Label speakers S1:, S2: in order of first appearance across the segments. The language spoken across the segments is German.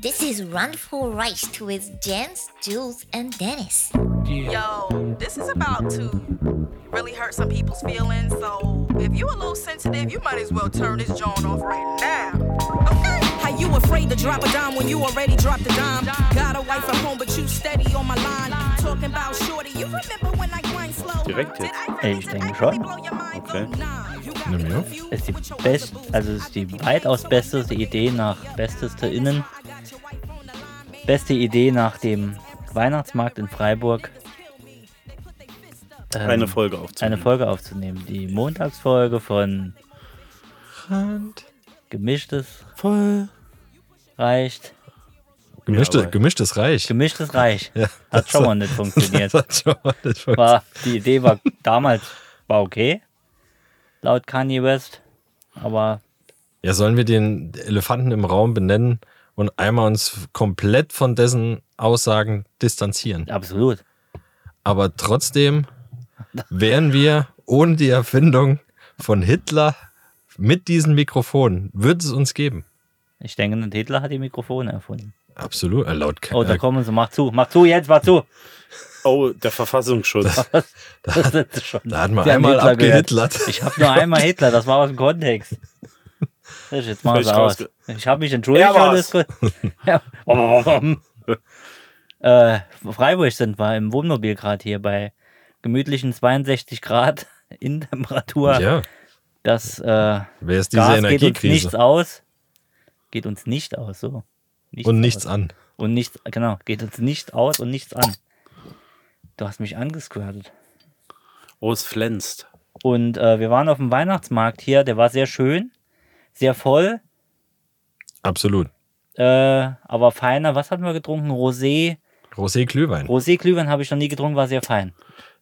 S1: This is Run for Rice with Jens, Jules, and Dennis.
S2: Yo, this is about to really hurt some people's feelings. So if you a little sensitive, you might as well turn this joint off right now. Okay?
S3: How you afraid to drop a dime when you already dropped a dime? Got a wife at home, but you steady on my line. Talking about shorty, you remember when I grind slow?
S4: Direkt jetzt?
S3: Ich denke schon. Okay.
S5: Nimm ja.
S4: ist die best, also ist die weitaus besteste Idee nach besteste Innen, beste Idee nach dem Weihnachtsmarkt in Freiburg. ähm,
S5: Eine Folge aufzunehmen.
S4: eine Folge aufzunehmen. Die Montagsfolge von
S5: Hand
S4: Gemischtes
S5: voll.
S4: reicht.
S5: Ja,
S6: Gemischtes,
S5: aber-
S6: gemischtes Reich.
S4: Gemischtes Reich.
S6: Ja,
S4: Hat schon mal nicht funktioniert.
S6: Das hat schon mal nicht funktioniert.
S4: War, die Idee war damals war okay, laut Kanye West. Aber
S6: Ja, sollen wir den Elefanten im Raum benennen und einmal uns komplett von dessen Aussagen distanzieren.
S4: absolut.
S6: Aber trotzdem wären wir ohne die Erfindung von Hitler mit diesen Mikrofonen, würde es uns geben.
S4: Ich denke, ein Hitler hat die Mikrofone erfunden.
S6: Absolut, äh, laut K
S4: Oh, da kommen sie. Mach zu. Mach zu jetzt, mach zu.
S5: Oh, der Verfassungsschutz.
S4: Das ist schon.
S6: Da hat man
S4: Sie haben
S6: einmal
S4: Hitler gehört.
S6: abgehitlert.
S4: Ich habe nur einmal Hitler, das war aus dem Kontext. Das ist jetzt mal
S5: Vielleicht
S4: so aus.
S5: rausge-
S4: Ich habe mich entschuldigt.
S5: Er war's.
S4: aber Oh. das- ja. äh, Freiburg sind wir im Wohnmobil gerade hier bei gemütlichen 62 Grad in Temperatur.
S6: Ja,
S4: Das äh,
S6: wäre es diese
S4: Gas geht uns nichts
S6: Energiekrise
S4: aus. Geht uns nicht aus, so. Nichts
S6: und nichts
S4: aus.
S6: an.
S4: Und nichts, genau, geht uns nicht aus und nichts an. Du hast mich angesquirtet.
S5: Oh, es flänzt.
S4: Und äh, wir waren auf dem Weihnachtsmarkt hier, der war sehr schön, sehr voll,
S6: Absolut.
S4: äh, aber feiner. Was hatten wir getrunken? Rosé.
S6: Rosé Glühwein.
S4: Rosé-Glühwein habe ich noch nie getrunken, war sehr fein.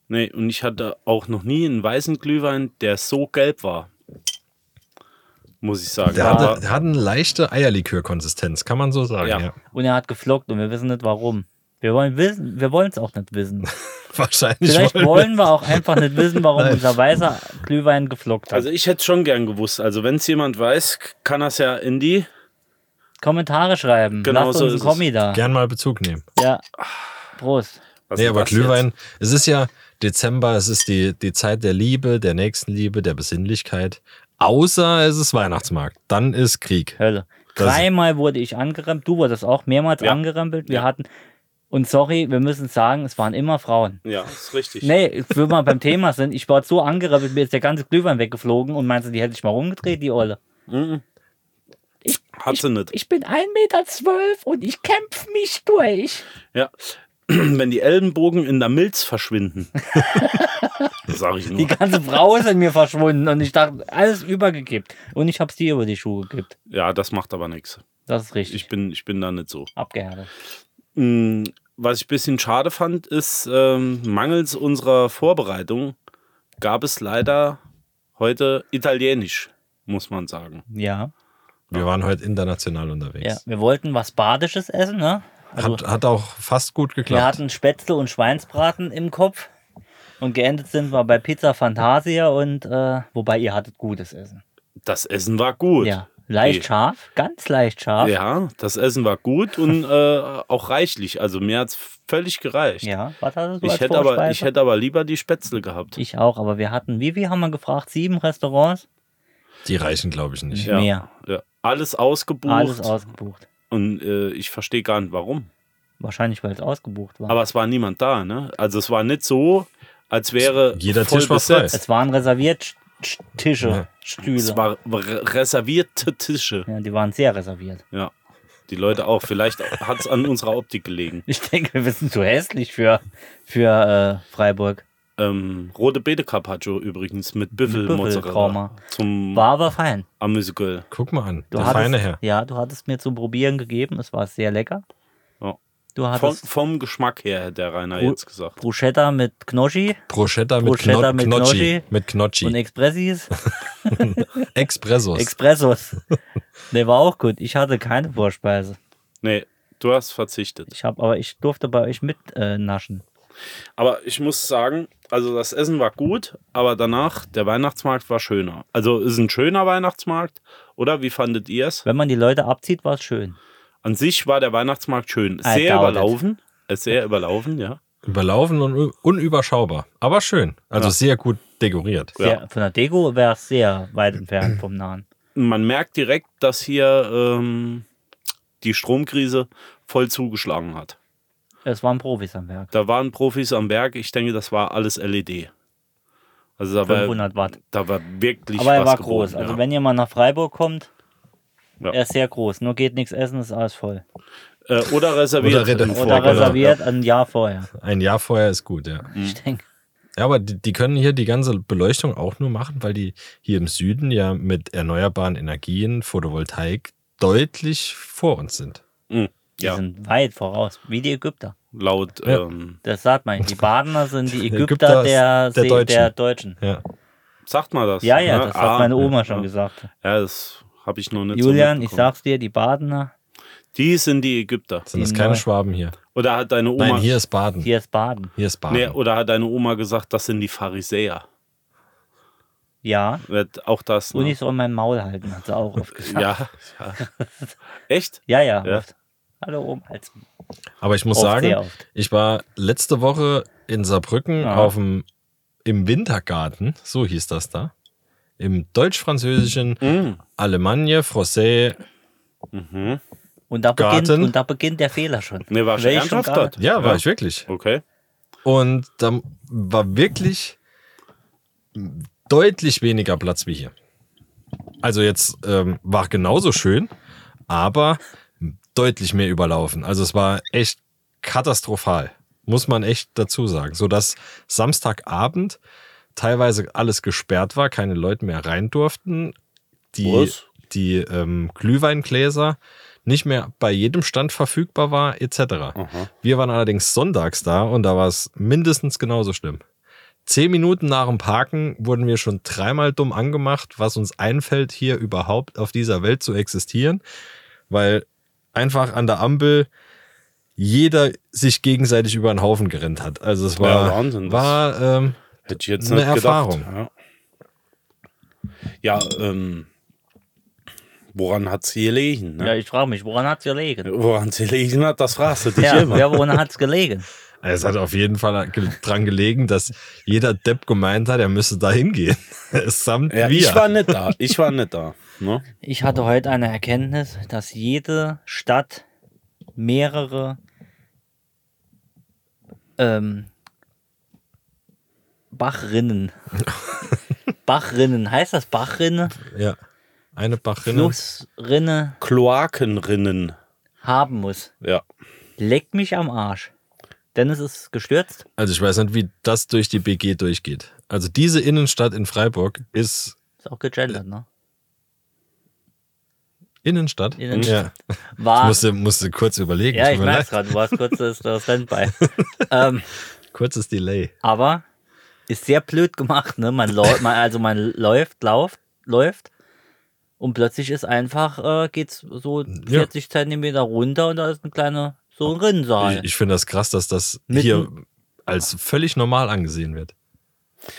S5: Nee, und ich hatte auch noch nie einen weißen Glühwein, der so gelb war. Muss ich sagen.
S6: Der
S5: Aber
S6: hatte, der hatte eine leichte Eierlikörkonsistenz, kann man so sagen.
S5: Ja.
S6: Ja.
S4: Und er hat geflockt und wir wissen nicht warum. Wir wollen wissen, wir wollen es auch nicht wissen.
S6: Wahrscheinlich.
S4: Vielleicht
S6: wollen-
S4: wollen wir auch einfach nicht wissen, warum unser weißer Glühwein geflockt hat.
S5: also ich hätte schon gern gewusst. Also wenn es jemand weiß, kann das ja in die.
S4: Kommentare schreiben.
S5: Genau
S4: Lasst
S5: so
S4: uns einen
S5: ist es.
S4: Kommi da.
S6: Gern mal Bezug nehmen.
S4: Ja. Prost.
S5: Was
S6: nee,
S5: ist
S6: aber
S5: das
S6: Glühwein,
S5: jetzt?
S6: es ist ja Dezember, es ist die, die Zeit der Liebe, der Nächstenliebe, der Besinnlichkeit. Außer es ist Weihnachtsmarkt. Dann ist Krieg.
S4: Hölle.
S6: Das-
S4: Dreimal wurde ich angerempelt, du wurdest auch mehrmals
S5: Ja.
S4: angerempelt. Wir
S5: Ja.
S4: hatten, und sorry, wir müssen sagen, es waren immer Frauen.
S5: Ja, ist richtig.
S4: Nee, ich will mal beim Thema sind, ich war so angerempelt, mir ist der ganze Glühwein weggeflogen und meinst du, die hätte ich mal rumgedreht, die Olle?
S5: Hat sie nicht.
S4: Ich bin 1,12 Meter und ich kämpfe mich durch.
S5: Ja. Wenn die Ellenbogen in der Milz verschwinden. das sag ich
S4: Die
S5: nur.
S4: ganze Frau ist in mir verschwunden und ich dachte, alles übergekippt. Und ich hab's dir über die Schuhe gekippt.
S5: Ja, das macht aber nichts.
S4: Das ist richtig.
S5: Ich bin, ich bin da nicht so.
S4: Abgehärtet.
S5: Mm, Was ich ein bisschen schade fand, ist, ähm, mangels unserer Vorbereitung gab es leider heute Italienisch, muss man sagen.
S4: Ja.
S6: Wir waren heute international
S4: Ja,
S6: unterwegs.
S4: wir wollten was Badisches essen, ne? Also,
S6: Hat, hat auch fast gut
S4: wir
S6: geklappt.
S4: hatten Spätzle und Schweinsbraten im Kopf. Und geendet sind wir bei Pizza Fantasia und äh, wobei ihr hattet gutes Essen.
S5: Das Essen war gut.
S4: Ja, leicht scharf, ganz leicht scharf. Ja,
S5: Ja, das Essen war gut und äh, auch reichlich. Also mir hat es völlig gereicht.
S4: was hattest du als
S5: Ich hätte, aber,
S4: Vorspeise?
S5: ich hätte aber lieber die Spätzle gehabt.
S4: Ich auch, aber wir hatten, wie viel haben wir gefragt? Sieben Restaurants?
S6: Die reichen, glaube ich, nicht.
S5: Ja.
S4: Mehr.
S5: Ja, alles ausgebucht
S4: Alles ausgebucht.
S5: und äh, ich verstehe gar nicht warum.
S4: Wahrscheinlich, weil es ausgebucht war.
S5: Aber es war niemand da, ne? Also es war nicht so, als wäre
S6: Jeder
S5: voll
S6: Tisch war frei.
S5: besetzt.
S4: es waren reserviert Sch- Sch- Tische,
S6: Ja.
S4: Stühle.
S5: Es war re- reservierte Tische.
S4: ja, die waren sehr reserviert.
S5: Ja. Die Leute auch. Vielleicht hat es an unserer Optik gelegen.
S4: Ich denke, wir sind zu hässlich für, für äh, Freiburg.
S5: Ähm, rote Bete Carpaccio übrigens mit Büffel
S4: Büffel,
S5: Mozzarella
S4: Trauma.
S5: zum
S4: War aber fein.
S5: Amüsegöl.
S6: Guck mal an.
S4: Du
S6: der
S4: hattest,
S6: feine Herr.
S4: Ja, du hattest mir zum Probieren gegeben. Es war sehr lecker.
S5: Ja.
S4: Du
S5: Vom,
S4: hattest
S5: vom Geschmack her, hätte der Rainer
S4: Ru-
S5: jetzt gesagt.
S4: Bruschetta mit Knoschi
S6: Bruschetta mit, Kno
S4: Bruschetta mit
S6: Knocchi.
S4: Gnocchi.
S6: Mit
S4: und
S6: Knocchi.
S4: Expressis.
S6: Expressos.
S4: Expressos. Der war auch gut. Ich hatte keine Vorspeise.
S5: Nee, du hast verzichtet.
S4: Ich habe, aber ich durfte bei euch mit äh, naschen.
S5: Aber ich muss sagen, also das Essen war gut, aber danach, der Weihnachtsmarkt war schöner. Also ist ein schöner Weihnachtsmarkt, oder? Wie fandet ihr es?
S4: Wenn man die Leute abzieht, war es schön.
S5: An sich war der Weihnachtsmarkt schön.
S4: I
S5: Sehr
S4: doubt it.
S5: überlaufen. Äh, Sehr überlaufen, ja.
S6: Überlaufen und un- unüberschaubar. Aber schön. Also sehr gut dekoriert.
S4: Sehr,
S5: Ja.
S4: Von der Deko wäre es sehr weit entfernt vom Nahen.
S5: Man merkt direkt, dass hier ähm, die Stromkrise voll zugeschlagen hat.
S4: Es waren Profis am Werk.
S5: Da waren Profis am Werk. Ich denke, das war alles LED. Also da war,
S4: 500 Watt.
S5: da war wirklich
S4: Aber er
S5: was
S4: war
S5: geboten,
S4: groß. Also
S5: ja.
S4: wenn ihr mal nach Freiburg kommt,
S5: Ja.
S4: er ist sehr groß. Nur geht nichts essen, ist alles voll.
S5: Äh, oder reserviert.
S6: Oder reserviert. Genau.
S5: Vorgang.
S4: Oder
S6: Vorgänger.
S4: reserviert ein Jahr vorher.
S6: Ein Jahr vorher ist gut, ja.
S5: Mhm.
S4: Ich denke,
S6: Ja, aber die, die können hier die ganze Beleuchtung auch nur machen, weil die hier im Süden ja mit erneuerbaren Energien, Photovoltaik, deutlich vor uns sind.
S5: Mhm.
S4: die
S5: Ja,
S4: sind weit voraus, wie die Ägypter.
S5: laut.
S6: Ja.
S5: Ähm,
S4: Das sagt man. nicht. Die Badener sind die
S6: Der Ägypter
S4: Ägypter
S6: ist
S4: der,
S6: der
S4: See-
S6: Deutschen.
S4: der Deutschen.
S6: Ja.
S5: sagt mal das.
S4: Ja, ja, das
S5: Ah,
S4: hat meine Oma schon
S5: ja.
S4: gesagt.
S5: Ja, das habe ich noch nicht
S4: Julian,
S5: so
S4: ich
S5: mitbekommen.
S4: sag's dir, die Badener,
S5: Die sind die Ägypter.
S6: Sind das
S4: Die
S6: keine
S4: neu-
S6: Schwaben hier?
S5: Oder hat deine Oma.
S6: Nein, hier ist Baden. Hier,
S4: hier ist Baden.
S6: ist Baden.
S5: nee, oder hat deine Oma gesagt, das sind die Pharisäer.
S4: Ja.
S5: Wird Auch das.
S4: Und
S5: Ne?
S4: ich soll mein Maul halten, hat sie auch oft gesagt.
S5: Ja, ja. Echt?
S4: Ja, ja,
S5: Ja.
S4: oft. Hallo Oma. Als
S6: aber ich muss
S4: oft,
S6: sagen,
S4: sehr oft.
S6: ich war letzte Woche in Saarbrücken
S4: Ja.
S6: auf dem, im Wintergarten, so hieß das da, im deutsch-französischen
S5: Mhm.
S6: Allemagne, Français.
S5: Mhm.
S4: Und da, beginnt,
S6: Garten.
S4: und da beginnt der Fehler schon.
S5: Nee, war schon
S4: Wenn ich schon
S5: ernsthaft
S4: gar-
S5: dort.
S6: Ja, war ich wirklich.
S5: Okay.
S6: Und da war wirklich deutlich weniger Platz wie hier. Also jetzt ähm, war genauso schön, aber deutlich mehr überlaufen. Also es war echt katastrophal, muss man echt dazu sagen. So dass Samstagabend teilweise alles gesperrt war, keine Leute mehr rein durften. Die,
S5: Was?
S6: die ähm, Glühweingläser nicht mehr bei jedem Stand verfügbar war, etc.
S5: Aha.
S6: Wir waren allerdings sonntags da und da war es mindestens genauso schlimm. Zehn Minuten nach dem Parken wurden wir schon dreimal dumm angemacht, was uns einfällt, hier überhaupt auf dieser Welt zu existieren, weil einfach an der Ampel jeder sich gegenseitig über den Haufen gerannt hat. Also es war,
S5: Ja, Wahnsinn, das-
S6: war ähm,
S5: Hätte ich jetzt
S6: Eine
S5: nicht gedacht.
S6: Erfahrung.
S5: Ja, ja ähm, woran hat sie gelegen?
S4: Ja,
S5: Ne?
S4: ich frage mich, woran hat's gelegen?
S5: woran sie gelegen hat, das fragst du dich
S4: Ja,
S5: immer.
S4: ja, woran hat's gelegen?
S6: also es hat auf jeden Fall ge- dran gelegen, dass jeder Depp gemeint hat, er müsste da hingehen. Samt
S5: Ja,
S6: wir.
S5: ich war nicht da. Ich war nicht da. Ne?
S4: Ich hatte heute eine Erkenntnis, dass jede Stadt mehrere ähm, Bachrinnen. Bachrinnen, heißt das Bachrinne?
S6: ja. Eine Bachrinne.
S4: Flussrinne
S5: Kloakenrinnen.
S4: haben muss.
S5: Ja.
S4: Leck mich am Arsch. Dennis ist gestürzt.
S6: Also ich weiß nicht, wie das durch die BG durchgeht. Also diese Innenstadt in Freiburg ist
S4: Ist auch gegendert, ne?
S6: Innenstadt.
S4: Innenstadt.
S6: Ja.
S4: War.
S6: Musste, musste kurz überlegen.
S4: ja,
S6: tut
S4: ich
S6: mir leid.
S4: merk's gerade, du warst kurz das, das Standby. ähm,
S6: Kurzes Delay.
S4: aber ist sehr blöd gemacht, ne? Man, läu- man also man läuft, läuft, läuft und plötzlich ist einfach äh, geht's so 40 Zentimeter runter und da ist ein kleiner so ein Rinnsaal.
S6: Ich, ich finde das krass, dass das
S4: Ah, Mitten-
S6: hier als völlig normal angesehen wird.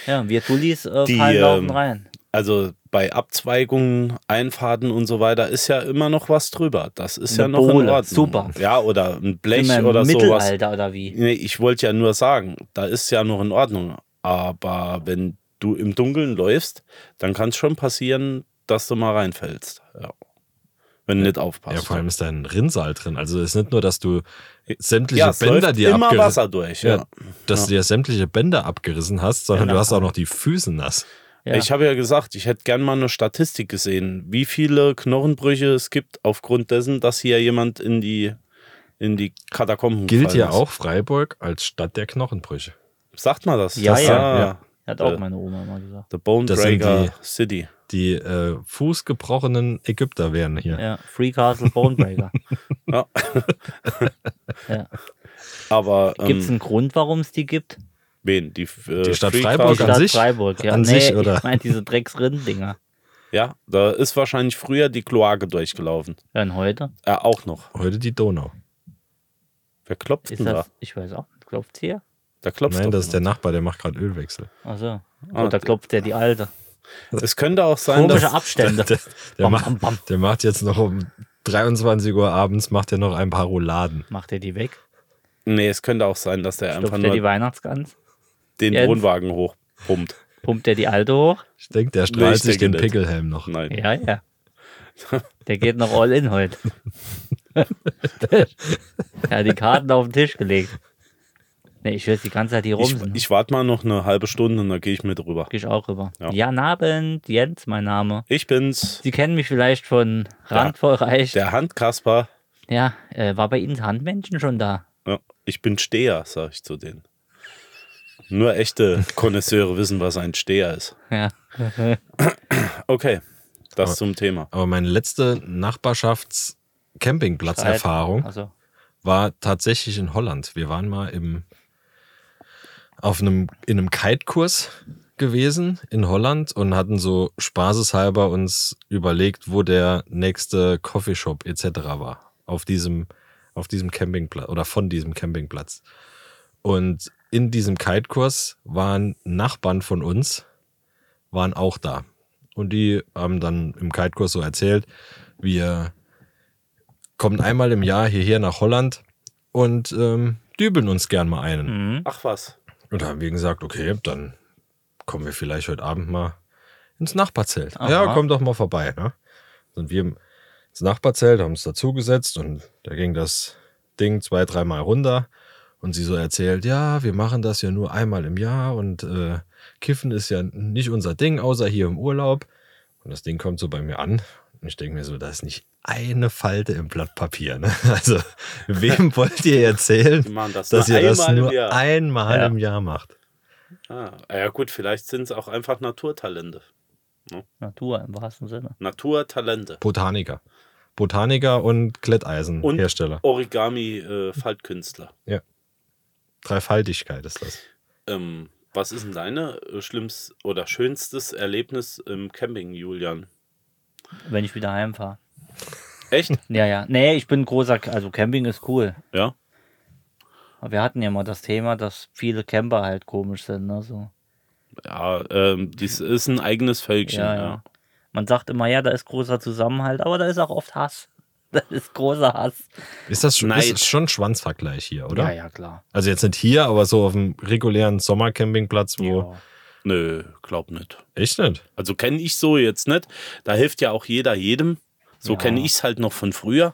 S4: ja, wir Tullis äh,
S5: Die,
S4: fallen laufen
S5: ähm,
S4: rein.
S5: Also bei Abzweigungen, Einfahrten und so weiter ist ja immer noch was drüber. Das ist
S4: Eine
S5: ja noch in
S4: Bohle,
S5: Ordnung.
S4: super.
S5: Ja, oder ein
S4: Sind
S5: Blech
S4: wir im
S5: oder sowas.
S4: Mittelalter oder wie?
S5: Nee, ich wollte ja nur sagen, da ist ja noch in Ordnung. Aber wenn du im Dunkeln läufst, dann kann es schon passieren, dass du mal reinfällst. Ja. Wenn du nicht
S6: Ja,
S5: aufpasst.
S6: vor allem ist da ein Rinnsal drin. Also es ist nicht nur, dass du sämtliche
S5: Ja, es
S6: Bänder
S5: läuft
S6: dir
S5: immer
S6: abgerissen
S5: Wasser durch. Ja.
S6: Ja, dass du dir sämtliche Bänder abgerissen hast, sondern
S4: Ja,
S6: du
S4: na
S6: hast auch noch die Füße nass.
S4: Ja.
S5: Ich habe ja gesagt, ich hätte gern mal eine Statistik gesehen, wie viele Knochenbrüche es gibt aufgrund dessen, dass hier jemand in die, in die Katakomben
S6: Gilt
S5: gefallen
S6: ja
S5: ist.
S6: auch Freiburg als Stadt der Knochenbrüche.
S5: Sagt mal das?
S4: Ja,
S5: das
S4: ja.
S5: ja.
S4: Hat auch meine Oma mal gesagt.
S5: The Bone
S6: Das sind
S5: Breaker City.
S6: Die äh, fußgebrochenen Ägypter wären hier.
S4: Ja, Free Castle Bonebreaker.
S5: Ja.
S4: ja.
S5: Aber
S4: Gibt es
S5: ähm,
S4: einen Grund, warum es die gibt?
S5: wen? Die, äh,
S6: Die Stadt
S5: Free
S6: Freiburg
S4: Die
S5: Castle?
S6: an
S4: Stadt
S6: sich?
S4: Freiburg, ja.
S6: An
S4: nee,
S6: sich, oder?
S4: Ich meine diese Drecksrind-Dinger.
S5: Ja, da ist wahrscheinlich früher die Kloake durchgelaufen.
S4: Dann heute
S5: Äh, auch noch.
S6: Heute die Donau.
S5: Wer klopft
S4: ist
S5: denn
S4: das,
S5: da?
S4: ich weiß auch, nicht, klopft's hier?
S5: Da klopft
S6: Nein,
S5: doch
S6: das ist der
S4: genau.
S6: Nachbar, der macht gerade Ölwechsel.
S4: Achso.
S5: Ah,
S4: Oder klopft der die alte?
S5: jemand. Es könnte auch sein,
S4: Komische
S5: dass
S4: Abstände.
S6: Der, der,
S4: Bam,
S6: macht,
S4: bam, bam.
S6: der macht jetzt noch um 23 Uhr abends macht er noch ein paar Rouladen.
S4: Macht er die weg?
S5: Nee, es könnte auch sein, dass der einfach
S4: Stopft er die
S5: nur
S4: Weihnachtsgans?
S5: den
S4: Jens?
S5: Wohnwagen hochpumpt.
S4: Pumpt er die alte hoch?
S6: Ich denke, der
S5: Nee,
S6: strahlt
S5: ich
S6: sich den
S5: denke nicht.
S6: Pickelhelm noch.
S5: Nein.
S4: Ja, ja. Der geht noch all in heute. der hat die Karten auf den Tisch gelegt. Nee, ich höre die ganze Zeit hier
S5: Ich,
S4: rumsen.
S5: ich warte mal noch eine halbe Stunde und dann gehe ich mit rüber.
S4: Geh ich auch rüber.
S5: Ja.
S4: Ja. Jan Abend, Jens, mein Name.
S5: Ich bin's,
S4: Sie kennen mich vielleicht von Randvollreich.
S5: der Handkasper.
S4: Ja, äh, war bei Ihnen das Handmännchen schon da?
S5: Ja, ich bin Steher, sag ich zu denen. Nur echte Konnoisseure wissen, was ein Steher ist.
S4: Ja.
S5: Okay, das
S6: Aber-
S5: zum Thema.
S6: Aber meine letzte Nachbarschafts-Campingplatz-Erfahrung
S4: Also,
S6: war tatsächlich in Holland. Wir waren mal im, auf einem, in einem Kite-Kurs gewesen in Holland und hatten so spaßeshalber uns überlegt, wo der nächste Coffeeshop etc. war. Auf diesem, auf diesem Campingplatz oder von diesem Campingplatz. Und in diesem Kite-Kurs waren Nachbarn von uns, waren auch da. Und die haben dann im Kite-Kurs so erzählt, wir kommen einmal im Jahr hierher nach Holland und ähm, dübeln uns gern mal einen.
S4: Hm?
S5: Ach was.
S6: Und da haben wir gesagt, okay, dann kommen wir vielleicht heute Abend mal ins Nachbarzelt. Ja, komm doch mal vorbei. Ne? Sind wir ins Nachbarzelt, haben uns dazugesetzt und da ging das Ding zwei, dreimal runter. Und sie so erzählt, ja, wir machen das ja nur einmal im Jahr und äh, Kiffen ist ja nicht unser Ding, außer hier im Urlaub. Und das Ding kommt so bei mir an. Und ich denke mir so, da ist nicht eine Falte im Blatt Papier. Ne? Also, wem wollt ihr erzählen,
S5: Die machen das
S6: dass
S5: nur
S6: ihr das
S5: einmal im
S6: nur
S5: Jahr.
S6: einmal
S4: Ja.
S6: im Jahr macht?
S5: Ah, ja gut, vielleicht sind es auch einfach Naturtalente.
S4: Natur im wahrsten Sinne.
S5: Naturtalente.
S6: Botaniker. Botaniker und
S5: Und äh,
S6: Glätteisenhersteller.
S5: Origami-Faltkünstler.
S6: Dreifaltigkeit ist das.
S5: ähm, was ist denn deine äh, schlimmst oder schönstes Erlebnis im Camping, Julian?
S4: Wenn ich wieder heimfahre.
S5: Echt?
S4: Ja, ja. Nee, ich bin großer, also Camping ist cool.
S5: ja.
S4: Aber wir hatten ja mal das Thema, dass viele Camper halt komisch sind. Ne? So.
S5: Ja, ähm, dies ist ein eigenes Völkchen.
S4: Ja, ja. Man sagt immer, ja, da ist großer Zusammenhalt, aber da ist auch oft Hass. Da ist großer Hass.
S6: Ist das schon,
S5: Neid.
S6: ist schon Schwanzvergleich hier, oder?
S4: Ja, ja, klar.
S6: Also jetzt nicht hier, aber so auf dem regulären Sommercampingplatz, wo.
S4: Ja.
S5: Nö, glaub nicht.
S6: Echt nicht?
S5: Also kenne ich so jetzt nicht. Da hilft ja auch jeder jedem. So
S4: Ja.
S5: kenne ich es halt noch von früher.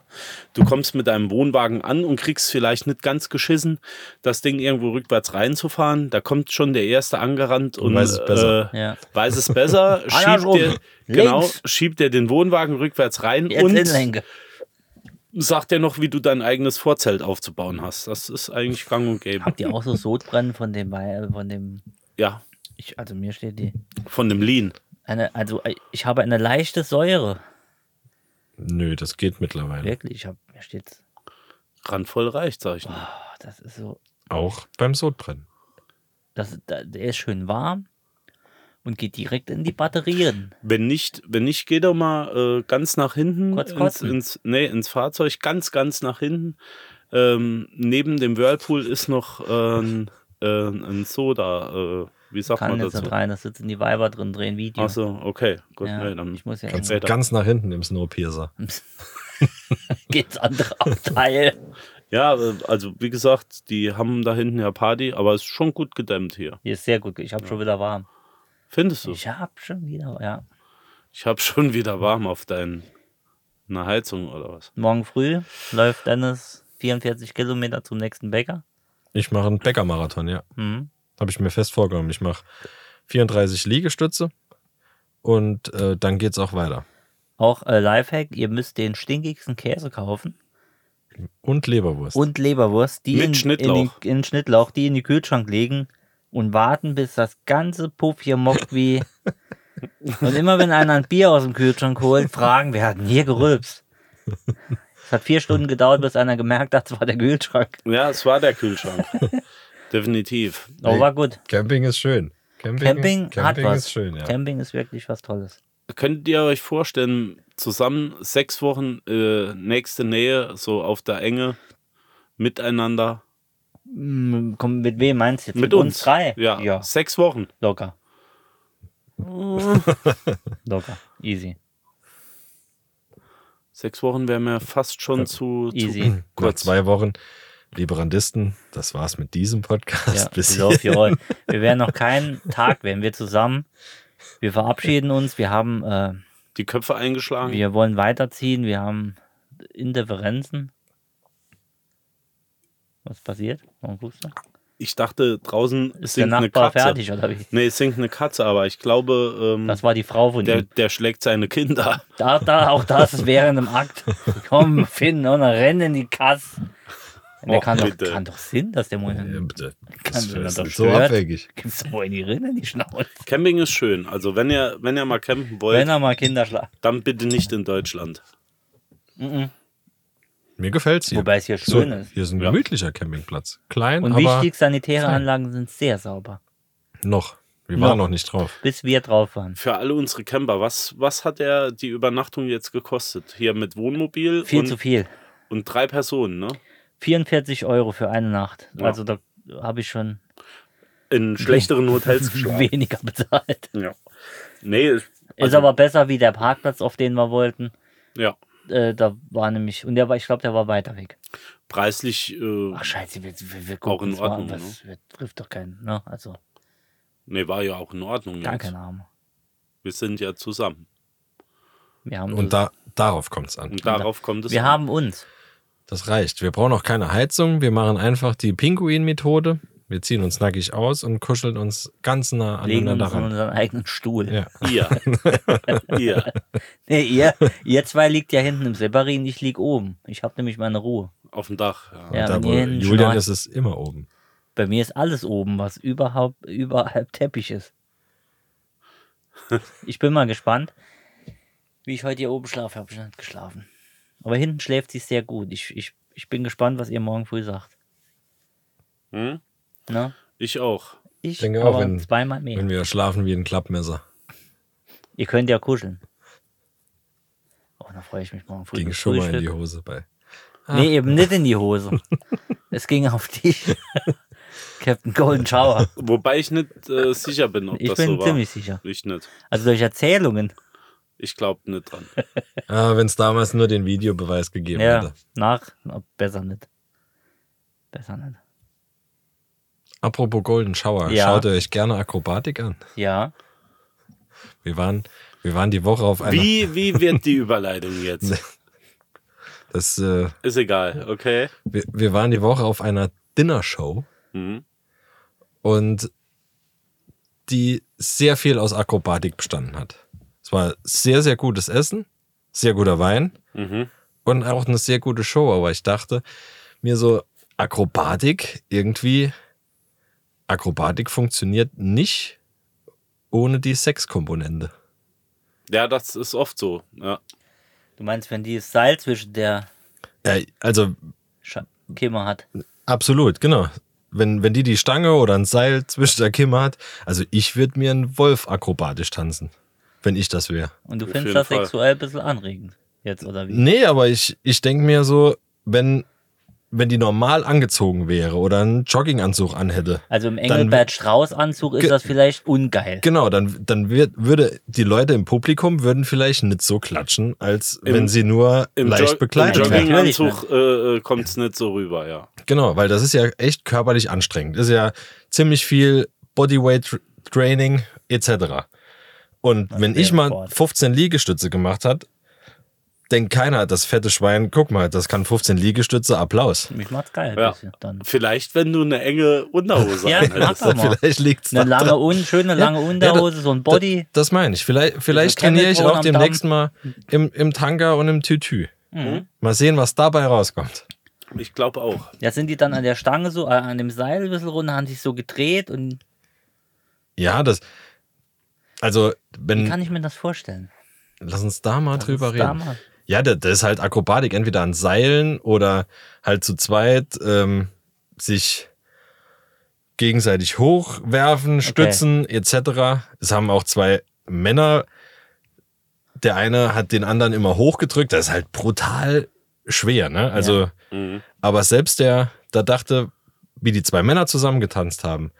S5: Du kommst mit deinem Wohnwagen an und kriegst vielleicht nicht ganz geschissen, das Ding irgendwo rückwärts reinzufahren. Da kommt schon der Erste angerannt und,
S6: weiß es besser.
S5: Äh,
S4: Ja.
S5: weiß es besser, schiebt
S4: Andersrum.
S5: dir, genau,
S4: Links.
S5: schiebt dir den Wohnwagen rückwärts rein
S4: Jetzt
S5: und
S4: Inlenke.
S5: sagt dir noch, wie du dein eigenes Vorzelt aufzubauen hast. Das ist eigentlich gang und gäbe.
S4: Habt ihr auch so Sodbrennen von dem, Wei- von dem,
S5: Ja,
S4: ich, also mir steht die,
S5: von dem Lean.
S4: eine, also äh, ich habe eine leichte Säure.
S6: Nö, das geht mittlerweile.
S4: Wirklich, ich habe, mir steht,
S5: Randvoll reicht, sag ich. nur.
S4: oh, das ist so,
S6: Auch beim Sodbrennen.
S4: das, da- der ist schön warm und geht direkt in die Batterien.
S5: Wenn nicht, wenn nicht, geh doch mal äh, ganz nach hinten
S4: Kurz
S5: ins,
S4: kotzen.
S5: ins, nee, ins Fahrzeug, ganz, ganz nach hinten. Ähm, neben dem Whirlpool ist noch äh, ein, äh, ein Soda. Äh, wie sagt
S4: Kann
S5: man
S4: jetzt
S5: dazu?
S4: nicht rein, da sitzen die Weiber drin, drehen Video.
S5: Achso, okay. Gut,
S4: Ja,
S5: nee, dann
S4: ich muss ja
S5: ganz
S4: immer-
S5: später.
S6: Ganz nach hinten im Snowpiercer.
S4: Geht's andere Abteil.
S5: Ja, aber, also wie gesagt, die haben da hinten ja Party, aber ist schon gut gedämmt hier.
S4: Hier ist sehr gut, ich habe schon wieder warm.
S5: Findest du?
S4: Ich habe schon wieder, ja.
S5: Ich habe schon wieder warm auf deinen eine Heizung oder was?
S4: Morgen früh läuft Dennis 44 Kilometer zum nächsten Bäcker.
S6: Ich mache einen Bäckermarathon, ja.
S4: Mhm.
S6: Habe ich mir fest vorgenommen. Ich mache 34 Liegestütze und äh, dann geht's auch weiter.
S4: Auch äh, Lifehack, ihr müsst den stinkigsten Käse kaufen
S6: Und Leberwurst.
S4: und Leberwurst, die
S5: Mit
S4: in,
S5: Schnittlauch.
S4: In, den, in Schnittlauch, die in den Kühlschrank legen und warten, bis das ganze Puff hier mockt wie. und immer wenn einer ein Bier aus dem Kühlschrank holt, fragen, wir hatten hier gerülpst. Es hat vier Stunden gedauert, bis einer gemerkt hat, es war der Kühlschrank.
S5: Ja, es war der Kühlschrank. Definitiv.
S4: Aber war gut.
S6: Camping ist schön. Camping,
S4: Camping, hat
S6: Camping
S4: was.
S6: ist schön, ja.
S4: Camping ist wirklich was Tolles.
S5: Könntet ihr euch vorstellen, zusammen sechs Wochen äh, nächste Nähe, so auf der Enge, miteinander,
S4: Mm, Komm, mit wem meinst du jetzt?
S5: mit, uns.
S4: drei?
S5: Ja, sechs Wochen.
S4: locker. locker, easy.
S5: Sechs Wochen wäre mir fast schon zu, zu
S4: Easy.
S6: Nach
S5: kurz.
S6: zwei Wochen. Lieberandisten, das war's mit diesem Podcast.
S4: Ja,
S6: Bis
S4: love
S6: hier.
S4: you all. Wir werden noch keinen Tag, werden wir zusammen. Wir verabschieden uns. Wir haben, äh,
S5: Die Köpfe eingeschlagen.
S4: wir wollen weiterziehen. Wir haben Indifferenzen. Was passiert? Warum guckst du?
S5: Ich dachte, draußen
S4: Ist der
S5: singt eine
S4: Nachbar
S5: Katze.
S4: fertig oder wie?
S5: Nee, es singt eine Katze, aber ich glaube, ähm,
S4: Das war die Frau von
S5: der,
S4: ihm.
S5: der schlägt seine Kinder.
S4: Da, da, auch das während dem Akt. Komm, Finn, und dann renn in die Kasse. Der
S5: Oh,
S4: kann, doch,
S5: bitte.
S4: kann doch Sinn, dass der
S6: Ja,
S4: Moment.
S6: bitte.
S4: Kann
S6: Das
S4: man
S6: ist
S4: doch
S6: nicht so
S4: stört.
S6: abwegig.
S4: Gibt's doch wohl in die Rinne, in die Schnauze.
S5: Camping ist schön. Also wenn ihr, wenn ihr mal campen
S4: Wenn
S5: wollt,
S4: er mal Kinderschlag.
S5: dann bitte nicht in Deutschland.
S6: Mir gefällt's hier.
S4: Wobei es hier
S6: so,
S4: schön ist.
S6: Hier ist ein
S5: Ja.
S6: gemütlicher Campingplatz. Klein,
S4: Und
S6: aber
S4: wichtig, sanitäre Anlagen sind sehr sauber.
S6: noch. Wir
S4: Noch.
S6: waren noch nicht drauf.
S4: Bis wir drauf waren.
S5: Für alle unsere Camper, was, was hat er die Übernachtung jetzt gekostet? Hier mit Wohnmobil
S4: Viel
S5: und,
S4: zu viel.
S5: und drei Personen, ne?
S4: 44 Euro für eine Nacht.
S5: Ja.
S4: Also da habe ich schon
S5: In schlechteren Hotels geschlafen.
S4: weniger bezahlt.
S5: ja. Nee, ist-
S4: ist aber besser wie der Parkplatz, auf den wir wollten.
S5: ja.
S4: Äh, da war nämlich, und der war, ich glaube, der war weiter weg.
S5: Preislich, äh,
S4: Ach scheiße, wir, wir, wir
S5: Auch in
S4: gucken uns mal an,
S5: Ordnung, ne?
S4: was wir- trifft doch keinen. Ne? Also
S5: nee, war ja auch in Ordnung.
S4: gar
S5: jetzt.
S4: keinen Namen.
S5: Wir sind ja zusammen.
S4: Wir haben, uns,
S6: Und da, darauf kommt's an.
S5: Und darauf kommt es
S4: wir
S5: an.
S4: haben uns.
S6: Das reicht. Wir brauchen auch keine Heizung. Wir machen einfach die Pinguin-Methode. Wir ziehen uns nackig aus und kuscheln uns ganz nah
S4: Legen
S6: aneinander
S4: uns in
S6: ran.
S4: unseren eigenen Stuhl.
S6: Ja.
S5: Ihr. Ihr.
S4: Nee, ihr, ihr zwei liegt ja hinten im Severin, ich lieg oben. Ich habe nämlich meine Ruhe.
S5: Auf dem Dach. Ja.
S4: Ja,
S6: Da,
S4: wenn
S6: wo
S4: ihr hinten
S6: Julian
S4: schnarcht-
S6: ist es immer oben.
S4: Bei mir ist alles oben, was überhaupt überhalb Teppich ist. Ich bin mal gespannt, wie ich heute hier oben schlafe. Habe ich noch nicht geschlafen. Aber hinten schläft sie sehr gut. Ich, ich, ich bin gespannt, was ihr morgen früh sagt.
S5: Hm?
S4: Ne?
S5: Ich auch.
S4: Ich
S6: denke
S4: aber
S6: auch, wenn-
S4: zweimal mehr.
S6: Wenn wir schlafen wie ein Klappmesser.
S4: ihr könnt ja kuscheln. Oh, da freue ich mich morgen früh.
S6: Ging
S4: zum
S6: schon mal in die
S4: Frühstück.
S6: Hose bei.
S4: Nee, eben nicht in die Hose. es ging auf dich. Captain Golden Shower.
S5: Wobei ich nicht äh, sicher bin, ob
S4: Ich
S5: das
S4: bin
S5: so war.
S4: ziemlich sicher.
S5: Ich nicht.
S4: Also durch Erzählungen.
S5: Ich glaube nicht dran.
S6: Ah, Wenn es damals nur den Videobeweis gegeben
S4: Ja,
S6: hätte.
S4: nach, na, besser nicht. Besser nicht.
S6: Apropos Golden Shower,
S4: Ja.
S6: schaut ihr euch gerne Akrobatik an.
S4: Ja,
S6: Wir waren, wir waren die Woche auf einer.
S5: Wie, wie wird die Überleitung jetzt?
S6: Das, äh,
S5: Ist egal, okay?
S6: wir, wir waren die Woche auf einer Dinnershow
S5: Mhm.
S6: und die sehr viel aus Akrobatik bestanden hat. Es war sehr, sehr gutes Essen, sehr guter Wein
S5: Mhm.
S6: und auch eine sehr gute Show, aber ich dachte mir so, Akrobatik irgendwie, Akrobatik funktioniert nicht ohne die Sexkomponente.
S5: Ja, das ist oft so. Ja.
S4: du meinst, wenn die das Seil zwischen der
S6: Äh, also
S4: Sch- Kimme hat.
S6: Absolut, genau. Wenn, wenn die die Stange oder ein Seil zwischen der Kimme hat, also ich würde mir einen Wolf akrobatisch tanzen, wenn ich das wäre.
S4: Und du
S5: Auf
S4: findest
S5: jeden
S4: das
S5: Fall.
S4: sexuell ein bisschen anregend. Jetzt, oder wie?
S6: Nee, aber ich, ich denke mir so, wenn, wenn die normal angezogen wäre oder einen Jogginganzug anhätte,
S4: Also im
S6: Dann-
S4: Engelbert Strauß-Anzug ist
S6: Ge-
S4: das vielleicht ungeil.
S6: genau, dann, dann wird, würde die Leute im Publikum würden vielleicht nicht so klatschen, als
S5: Im-
S6: wenn sie nur leicht
S5: Jo-
S6: bekleidet
S5: Im
S6: wären.
S5: Jogginganzug
S4: ne?
S5: äh, kommt es nicht so rüber, ja.
S6: Genau, weil das ist ja echt körperlich anstrengend. Ist ja ziemlich viel Bodyweight Tr- Training etc. Und wenn
S4: wäre
S6: ich mal
S4: Sport.
S6: 15 Liegestütze gemacht hat, denkt keiner, das fette Schwein, guck mal, das kann 15 Liegestütze, Applaus.
S4: Mich macht's geil.
S5: Ja.
S4: Ja, dann.
S5: Vielleicht, wenn du eine enge Unterhose
S4: Ja, mach
S5: anhältst.
S4: doch mal.
S6: Vielleicht liegt's
S4: Eine
S6: da dran.
S4: lange, un schöne lange Unterhose, so ein Body.
S6: Das, das meine ich. Vielleicht, vielleicht
S4: Bisschen
S6: trainiere ich auch
S4: Kennelton am
S6: demnächst mal im, im Tanga und im Tütü.
S4: Mhm.
S6: Mal sehen, was dabei rauskommt.
S5: Ich glaube auch.
S4: Ja, sind die dann an der Stange so, äh, an dem Seil ein bisschen runter, haben sich so gedreht und
S6: Ja, das. Also,
S4: wie
S6: wenn.
S4: kann ich mir das vorstellen?
S6: Lass uns da mal drüber
S4: uns da
S6: reden.
S4: mal.
S6: Ja, das, das ist halt Akrobatik, entweder an Seilen oder halt zu zweit ähm, sich gegenseitig hochwerfen, stützen etc. Es haben auch zwei Männer. Der eine hat den anderen immer hochgedrückt. Das ist halt brutal schwer, ne? Also,
S5: Mhm.
S6: aber selbst der, da dachte, wie die zwei Männer zusammen getanzt haben,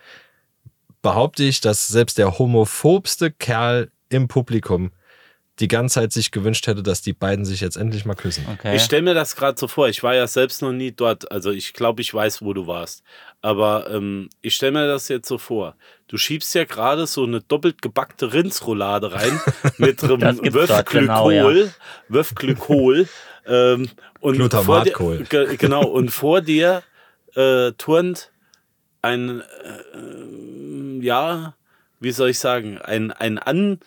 S6: behaupte ich, dass selbst der homophobste Kerl im Publikum die ganze Zeit sich gewünscht hätte, dass die beiden sich jetzt endlich mal küssen.
S4: Okay.
S5: Ich stelle mir das gerade so vor. Ich war ja selbst noch nie dort. Also ich glaube, ich weiß, wo du warst. Aber ähm, ich stelle mir das jetzt so vor. Du schiebst ja gerade so eine doppelt gebackte Rindsroulade rein mit einem
S4: Das gibt's
S5: Wöff
S4: dort, genau,
S5: Glykol. Wöff Glykol. ähm, und vor
S6: Glutamatkohl.
S5: dir, ge- genau. Und vor dir äh, turnt ein, äh, ja, wie soll ich sagen, ein, ein an,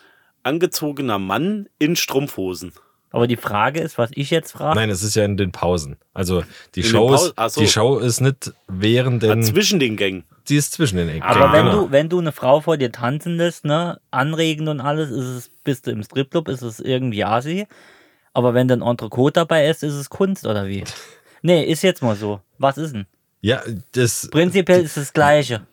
S5: angezogener Mann in Strumpfhosen.
S4: Aber die Frage ist, was ich jetzt frage.
S6: Nein, es ist ja in den Pausen. Also die
S5: den
S6: Show,
S5: Pausen?
S6: ist,
S5: Ach so.
S6: die Show ist nicht während
S5: Ah,
S6: den,
S5: zwischen den Gängen.
S6: die ist zwischen den Ecken.
S4: Aber wenn
S6: Genau.
S4: du, wenn du eine Frau vor dir tanzen lässt, ne, anregend und alles, ist es, bist du im Stripclub, ist es irgendwie Asi. Aber wenn dann Entrecôte dabei ist, ist es Kunst oder wie? Nee, ist jetzt mal so. Was ist denn?
S6: ja, das
S4: Prinzipiell ist das Gleiche.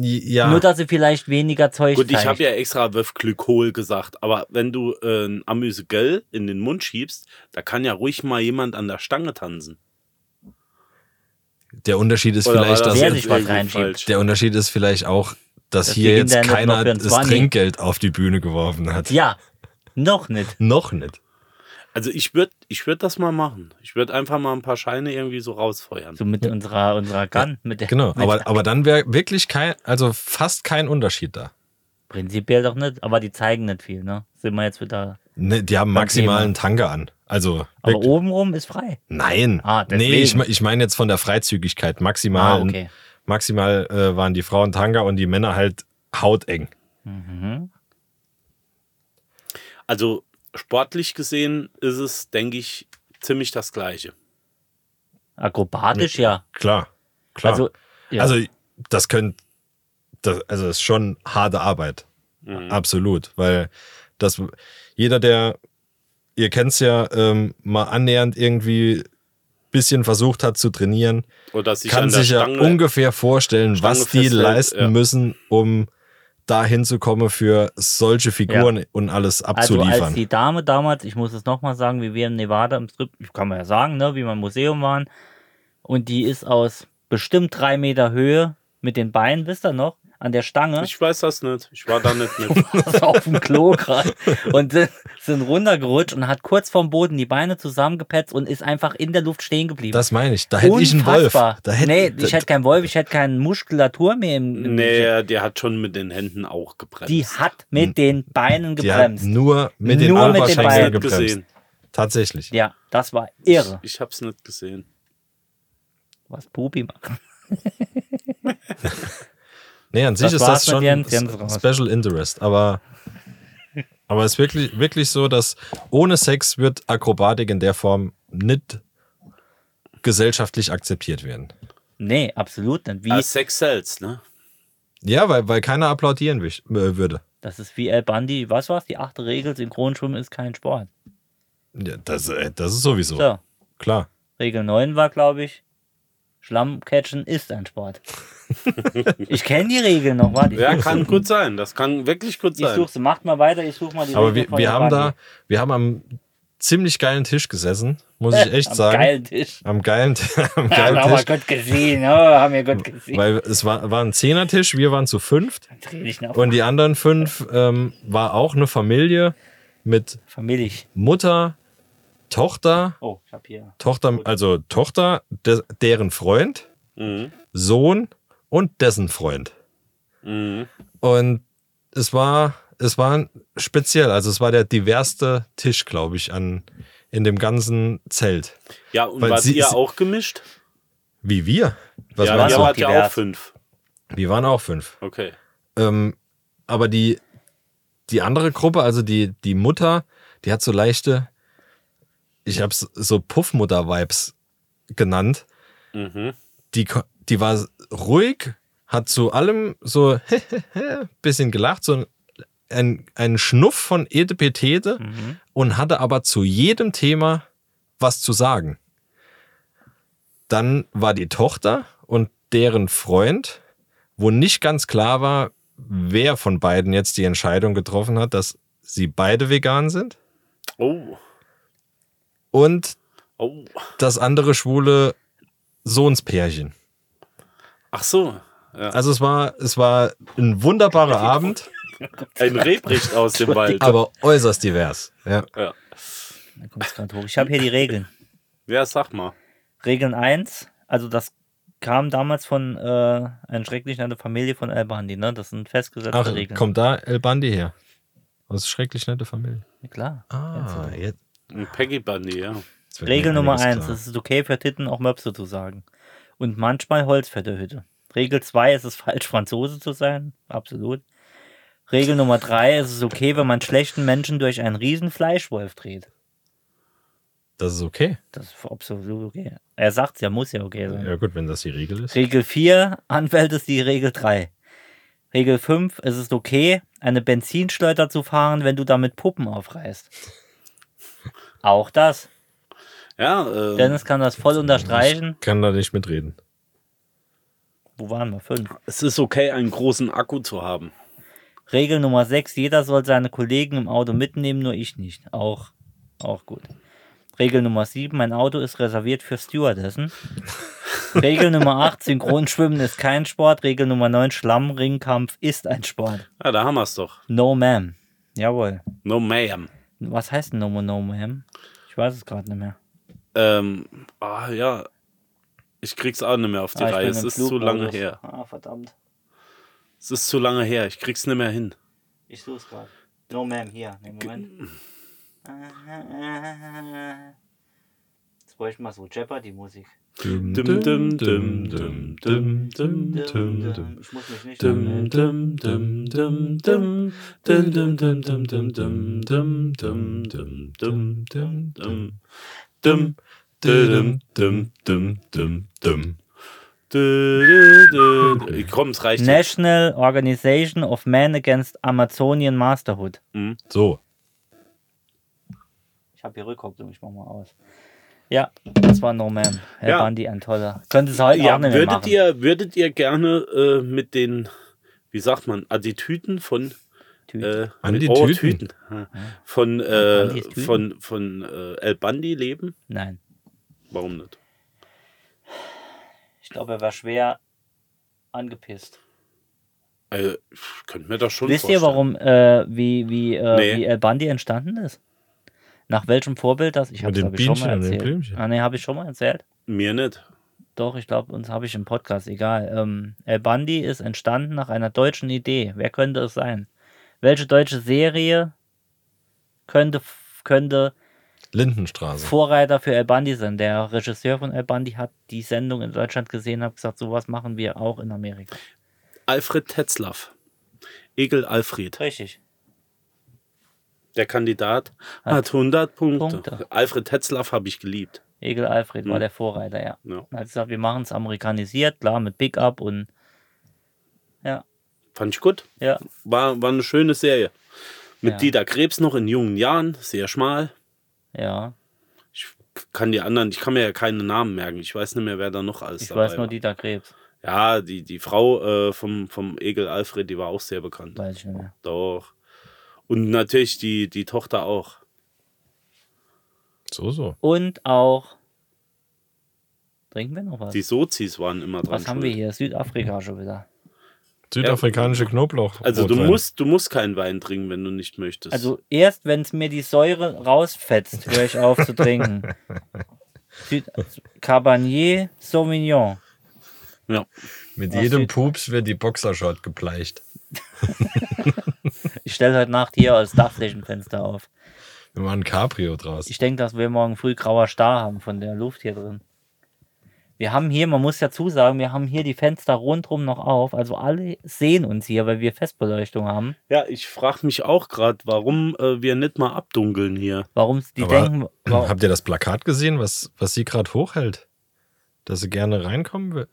S6: ja
S4: Nur, dass sie vielleicht weniger Zeug
S5: Gut, ich
S4: zeigt.
S5: habe ja extra Wöf Glykol gesagt, aber wenn du äh, ein Amüsegel in den Mund schiebst, da kann ja ruhig mal jemand an der Stange tanzen.
S6: der Unterschied ist
S5: Oder war
S6: vielleicht, dass
S4: Wer
S5: jetzt
S4: sich was
S5: irgendwie
S4: reinschiebt.
S6: der Unterschied ist vielleicht auch, dass
S4: Dass die
S6: hier jetzt
S4: Kinder nicht
S6: keiner
S4: noch für einen
S6: das
S4: 20.
S6: Trinkgeld auf die Bühne geworfen hat.
S4: Ja, noch nicht.
S6: Noch nicht.
S5: Also ich würde ich würd das mal machen. Ich würde einfach mal ein paar Scheine irgendwie so rausfeuern.
S4: So mit unserer, unserer Gun. mit der,
S6: Genau.
S4: mit
S6: Aber, aber dann wäre wirklich kein, also fast kein Unterschied da.
S4: Prinzipiell doch nicht, aber die zeigen nicht viel, ne? Sind wir jetzt wieder.
S6: Ne, die haben maximalen Tanga an. Also
S4: Aber
S6: wirklich-
S4: obenrum ist frei.
S6: nein.
S4: Ah, deswegen.
S6: nee, ich, me- ich meine jetzt von der Freizügigkeit. Maximal,
S4: Ah, okay.
S6: maximal äh, waren die Frauen Tanga und die Männer halt hauteng.
S5: Also sportlich gesehen ist es, denke ich, ziemlich das Gleiche.
S4: Akrobatisch, ja.
S6: Klar, klar.
S4: Also,
S6: Also,
S4: ja.
S6: das könnt, das, also das ist schon harte Arbeit. Absolut, weil das jeder, der, ihr kennt es ja, ähm, mal annähernd irgendwie bisschen versucht hat zu trainieren,
S5: Oder sich
S6: kann
S5: an der
S6: sich ja
S5: Stange,
S6: ungefähr vorstellen,
S5: Stange
S6: was die
S5: festhält,
S6: leisten
S5: ja.
S6: müssen, um da hinzukommen für solche Figuren und alles
S4: Also als
S6: abzuliefern.
S4: die Dame damals, ich muss es nochmal sagen, wie wir in Nevada im Strip, ich kann man ja sagen, ne, wie wir im Museum waren, und die ist aus bestimmt drei Meter Höhe mit den Beinen, wisst ihr noch, an der Stange,
S5: ich weiß das nicht. Ich war da nicht mit.
S4: also auf dem Klo gerade, und sind, sind runtergerutscht und hat kurz vom Boden die Beine zusammengepetzt und ist einfach in der Luft stehen geblieben.
S6: das meine ich. Da hätte ich einen
S4: Unfassbar.
S6: Wolf. Da hätte,
S4: nee, ich hätte keinen Wolf, ich hätte keine Muskulatur mehr im, im
S5: nee, der hat schon mit den Händen auch gebremst.
S4: Die hat mit den Beinen
S6: die hat
S4: gebremst.
S6: nur mit den
S4: Nur mit den
S6: Oberschenkeln
S4: Beinen.
S5: nicht
S6: gebremst.
S5: gesehen.
S6: Tatsächlich.
S4: Ja, das war irre,
S5: Ich, ich hab's nicht gesehen.
S4: was Pupi macht.
S6: Nee, an sich
S4: Das
S6: ist
S4: war's
S6: das
S4: mit
S6: schon
S4: Jens, Jens raus.
S6: Special Interest, aber aber es ist wirklich wirklich so, dass ohne Sex wird Akrobatik in der Form nicht gesellschaftlich akzeptiert werden.
S4: Nee, absolut nicht. Wie,
S6: Also
S5: Ah, Sex sells, ne?
S6: Ja, weil, weil keiner applaudieren wich- äh, würde.
S4: Das ist wie El Bandi, was war's? Die achte Regel, Synchronschwimmen ist kein Sport.
S6: Ja, das, äh, das ist sowieso.
S4: So,
S6: Klar.
S4: Regel 9 war, glaube ich, Schlammcatchen ist ein Sport. ich kenne die Regeln noch, warte. Ich
S5: Ja,
S4: such
S5: kann
S4: sie.
S5: gut sein. Das kann wirklich gut
S4: Ich
S5: sein.
S4: suche sie, macht mal weiter, ich suche mal die
S6: Aber
S4: Regeln
S6: wir,
S4: von
S6: wir
S4: El
S6: haben da,
S4: Bandi.
S6: wir haben am ziemlich geilen Tisch gesessen, muss ich echt
S4: Äh, Am
S6: sagen.
S4: geilen Tisch.
S6: Am geilen, am
S4: Ja,
S6: geilen
S4: haben wir
S6: Tisch.
S4: gut gesehen, oh, haben wir gut gesehen.
S6: Weil es war, war ein Zehnertisch, wir waren zu fünft
S4: Dreh dich nach
S6: und die anderen fünf ähm, war auch eine Familie mit
S4: Familie.
S6: Mutter, Tochter,
S4: Oh, ich hab hier.
S6: Tochter, also Tochter, de, deren Freund, Mhm. Sohn und dessen Freund. Mhm. Und es war, es war speziell, also es war der diverste Tisch, glaube ich, an, in dem ganzen Zelt.
S5: Ja, und
S6: Weil
S5: wart
S6: sie-
S5: ihr
S6: sie-
S5: auch gemischt?
S6: Wie wir. Was
S5: ja,
S6: waren
S5: ihr
S4: auch
S6: wir?
S5: wart ja
S4: divers.
S5: auch fünf.
S6: wir waren auch fünf.
S5: Okay.
S6: Ähm, aber die, die andere Gruppe, also die, die Mutter, die hat so leichte, ich habe so Puffmutter-Vibes genannt. Die, ko- die war ruhig, hat zu allem so bisschen gelacht, so ein, ein Schnuff von Etepetete und hatte aber zu jedem Thema was zu sagen. Dann war die Tochter und deren Freund, wo nicht ganz klar war, wer von beiden jetzt die Entscheidung getroffen hat, dass sie beide vegan sind
S5: Oh,
S6: und
S5: oh.
S6: das andere schwule Sohnspärchen.
S5: Ach so. Ja.
S6: Also es war, es war ein wunderbarer Abend.
S5: Ein Rehbricht aus dem Wald.
S6: Aber äußerst divers. Ja.
S5: Ja.
S4: Da kommt's grad hoch. Ich habe hier die Regeln.
S5: ja, sag mal.
S4: Regeln 1, also das kam damals von äh, einem schrecklichen eine Familie von Albandi, ne? Das sind festgesetzte
S6: Ach,
S4: Regeln.
S6: kommt da El Bandi her. Das ist schrecklich nette Familie.
S4: Ja, Klar.
S6: Ah, jetzt.
S5: Ein Peggy Bunny, ja.
S6: jetzt wird mir
S4: Regel Nummer
S6: einiges
S4: 1,
S6: klar.
S4: es ist okay für Titten auch Möpse zu sagen. Und manchmal Holz für die Hütte. Regel 2, es ist falsch, Franzose zu sein. Absolut. Regel Nummer 3, es ist okay, wenn man schlechten Menschen durch einen riesen Fleischwolf dreht.
S6: Das ist okay.
S4: Das ist absolut okay. Er sagt ja, muss ja okay sein.
S6: Ja, gut, wenn das die Regel ist.
S4: Regel 4, Anwält ist die Regel 3. Regel 5, es ist okay, eine Benzinschleuder zu fahren, wenn du damit Puppen aufreißt. Auch das.
S5: Ja, äh,
S4: Dennis kann das voll unterstreichen.
S6: Ich kann da nicht mitreden.
S4: Wo waren wir? Fünf.
S5: es ist okay, einen großen Akku zu haben.
S4: Regel Nummer 6, jeder soll seine Kollegen im Auto mitnehmen, nur ich nicht. Auch, auch gut. Regel Nummer 7, mein Auto ist reserviert für Stewardessen. Regel Nummer 8, Synchronschwimmen ist kein Sport. Regel Nummer 9, Schlammringkampf ist ein Sport.
S5: Ja, da haben wir es doch.
S4: No ma'am. Jawohl.
S5: No ma'am.
S4: Was heißt denn No More No Ma'am? Ich weiß es gerade nicht mehr.
S5: Ähm, ah ja. Ich krieg's auch nicht mehr auf die
S4: Ah, ich
S5: Reihe.
S4: bin
S5: Es
S4: im
S5: ist zu
S4: Flugmodus.
S5: lange her.
S4: Ah, verdammt.
S5: Es ist zu lange her. Ich krieg's nicht mehr hin.
S4: Ich suche es gerade. No Ma'am, hier. Nee, Moment. Jetzt bräuchte ich mal so Jeopardy-Musik.
S6: Dum,
S5: Dum, dum, dum, dum, dum, dum, dum, dum.
S4: Ich muss mich nicht.
S5: Dum, dum, dum, dum, dum. Dum, dum, dum, dum, dum, dum, dum, dum, dum, dum, dum, dum. Dum, dum, dum, dum, dum, dum. Du, du, du, du. Komm, es reicht jetzt.
S4: National Organization of Men Against Amazonian Masterhood.
S6: So,
S4: Ich habe hier Rückkopplung, ich mach mal aus. Ja, das war No Ma'am. Herr
S5: Ja.
S4: Bundy, ein toller. Könnte es heute auch
S5: Ja,
S4: nicht mehr
S5: würdet
S4: machen.
S5: ihr, würdet ihr gerne äh, mit den, wie sagt man, Attitüden von
S4: Tüte.
S5: äh,
S6: An die
S5: mit- oh,
S6: Tüten.
S5: Tüten. Ja. von
S4: An die
S5: äh,
S4: Tüten.
S5: von von äh, El Bandi leben?
S4: Nein.
S5: Warum nicht?
S4: Ich glaube, er war schwer angepisst.
S5: Äh, pff, könnt mir das schon
S4: Wisst ihr,
S5: vorstellen.
S4: warum, äh, wie, wie, äh,
S5: Nee.
S4: wie El Bundy entstanden ist? Nach welchem Vorbild das? Ich habe
S6: den
S4: ich schon mal
S6: Bienchen und den
S4: erzählt.
S6: Blümchen.
S4: Ah, nee, habe ich schon mal erzählt.
S5: Mir nicht.
S4: Doch, ich glaube, uns habe ich im Podcast, egal. Ähm, El Bandi ist entstanden nach einer deutschen Idee. Wer könnte es sein? Welche deutsche Serie könnte, könnte
S6: Lindenstraße.
S4: Vorreiter für El Bandi sein? Der Regisseur von El Bandi hat die Sendung in Deutschland gesehen, hat gesagt, sowas machen wir auch in Amerika.
S5: Alfred Tetzlaff. Egel Alfred.
S4: Richtig.
S5: Der Kandidat hat,
S4: Hat
S5: 100 Punkte.
S4: Punkte.
S5: Alfred Tetzlaff habe ich geliebt.
S4: Egel Alfred war
S5: Hm.
S4: der Vorreiter, ja.
S5: Ja.
S4: Er hat gesagt, wir machen es amerikanisiert, klar, mit Pickup und ja,
S5: Fand ich gut.
S4: ja,
S5: War, war eine schöne Serie. Mit
S4: Ja.
S5: Dieter Krebs noch in jungen Jahren, sehr schmal.
S4: ja.
S5: Ich kann die anderen, ich kann mir ja keine Namen merken. Ich weiß nicht mehr, wer da noch alles
S4: Ich
S5: dabei
S4: weiß nur
S5: war.
S4: Dieter Krebs.
S5: Ja, die, die Frau äh, vom, vom Egel Alfred, die war auch sehr bekannt.
S4: Weiß ich nicht mehr.
S5: Doch. Und natürlich die, die Tochter auch.
S6: So, so.
S4: Und auch. Trinken wir noch was?
S5: Die Sozis waren immer dran.
S4: was haben wir
S5: schuld.
S4: hier? Südafrika schon wieder.
S6: Südafrikanische Knoblauch.
S5: Also du
S6: Rotwein.
S5: musst, du musst keinen Wein trinken, wenn du nicht möchtest.
S4: Also erst wenn es mir die Säure rausfetzt, höre ich auf zu trinken. Süd Cabernet Sauvignon.
S5: ja.
S6: Mit
S4: Ach,
S6: jedem
S4: Süd-
S6: Pups wird die Boxershort gebleicht.
S4: Ich stelle heute Nacht hier als Dachflächenfenster auf.
S6: Wir machen ein Cabrio draus.
S4: Ich denke, dass wir morgen früh grauer Star haben von der Luft hier drin. Wir haben hier, man muss dazu sagen, wir haben hier die Fenster rundrum noch auf. Also alle sehen uns hier, weil wir Festbeleuchtung haben.
S5: ja, ich frage mich auch gerade, warum äh, wir nicht mal abdunkeln hier.
S4: Warum die
S6: Aber
S4: denken, wa-
S6: habt ihr das Plakat gesehen, was, was sie gerade hochhält? Dass sie gerne reinkommen will?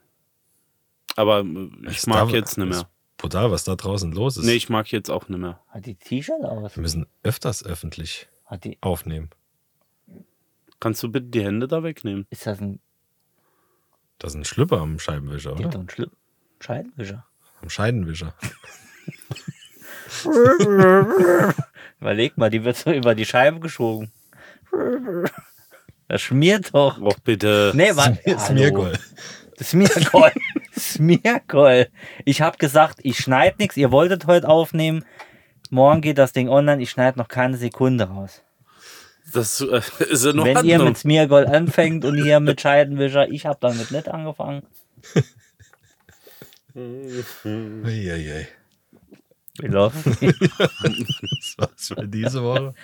S5: Aber äh, ich
S6: Ist
S5: mag
S6: da-
S5: jetzt nicht
S6: ist
S5: mehr.
S6: Brutal, was da draußen los ist.
S5: Nee, ich mag jetzt auch nicht mehr.
S4: hat die T-Shirt aus?
S6: Wir müssen öfters öffentlich
S4: Hat die,
S6: aufnehmen.
S5: Kannst du bitte die Hände da wegnehmen?
S4: ist das ein
S6: Da sind Schlüpper am Scheibenwischer,
S4: Die
S6: oder?
S4: hat doch einen Schli- Scheidenwischer.
S6: Am Scheidenwischer.
S4: Überleg mal, die wird so über die Scheibe geschoben. Das schmiert doch.
S5: Och bitte.
S4: Nee, warte.
S6: Smirgol.
S4: Smirgol. Smirgol. Ich habe gesagt, ich schneide nichts. Ihr wolltet heute aufnehmen. morgen geht das Ding online, ich schneide noch keine Sekunde raus.
S5: Das äh, ist in
S4: Wenn
S5: Ordnung.
S4: ihr mit Smeargol anfängt und hier mit Scheidenwischer, ich habe damit nicht angefangen. Mhm.
S6: Eieiei.
S4: Ich love you.
S6: Das war's für diese Woche.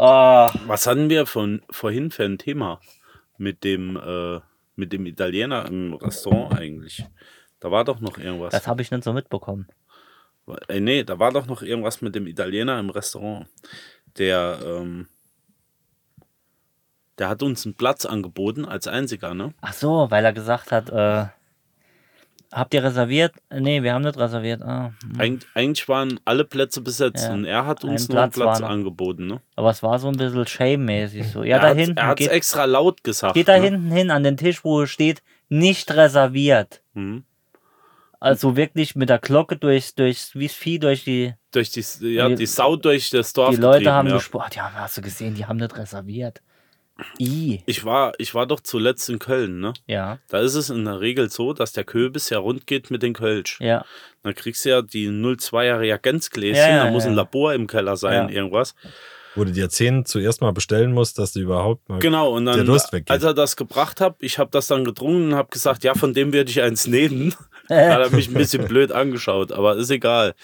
S4: Ah,
S5: Was hatten wir von vorhin für ein Thema mit dem, äh, mit dem Italiener im Restaurant eigentlich? Da war doch noch irgendwas.
S4: das habe ich nicht so mitbekommen.
S5: Ey, Äh, nee, da war doch noch irgendwas mit dem Italiener im Restaurant. Der, ähm, der hat uns einen Platz angeboten als einziger, ne?
S4: Ach so, weil er gesagt hat, äh, habt ihr reserviert? Nee, wir haben nicht reserviert. Ah, hm.
S5: Eig eigentlich waren alle Plätze besetzt
S4: Ja,
S5: und er hat
S4: ein
S5: uns nur einen
S4: Platz war
S5: Platz
S4: noch.
S5: angeboten, ne?
S4: aber es war so ein bisschen shame-mäßig so. Ja,
S5: er
S4: da
S5: hat-
S4: hinten.
S5: Er hat
S4: geht,
S5: extra laut gesagt.
S4: geht da
S5: ne?
S4: hinten hin an den Tisch, wo steht, nicht reserviert.
S5: Mhm.
S4: Also wirklich mit der Glocke durchs, durchs wie das Vieh durch die.
S5: Durch die, ja,
S4: Die-
S5: die, Sau durch das Dorf.
S4: Die Leute
S5: getrieben,
S4: haben
S5: ja.
S4: gespart. Ja, hast du gesehen, die haben nicht reserviert. I.
S5: ich war, ich war doch zuletzt in Köln, ne?
S4: Ja,
S5: Da ist es in der Regel so, dass der Köbis ja rund geht mit den Kölsch.
S4: ja.
S5: Dann kriegst du ja die 02er Reagenzgläschen,
S4: Ja, ja,
S5: da muss
S4: ja.
S5: ein Labor im Keller sein,
S4: Ja.
S5: irgendwas.
S6: Wo du dir 10 zuerst mal bestellen musst, dass du überhaupt mal.
S5: Genau, und dann,
S6: Der Durst weggeht.
S5: als er das gebracht hat, ich habe das dann getrunken und habe gesagt, ja, von dem werde ich eins nehmen. hat er mich ein bisschen blöd angeschaut, aber ist egal.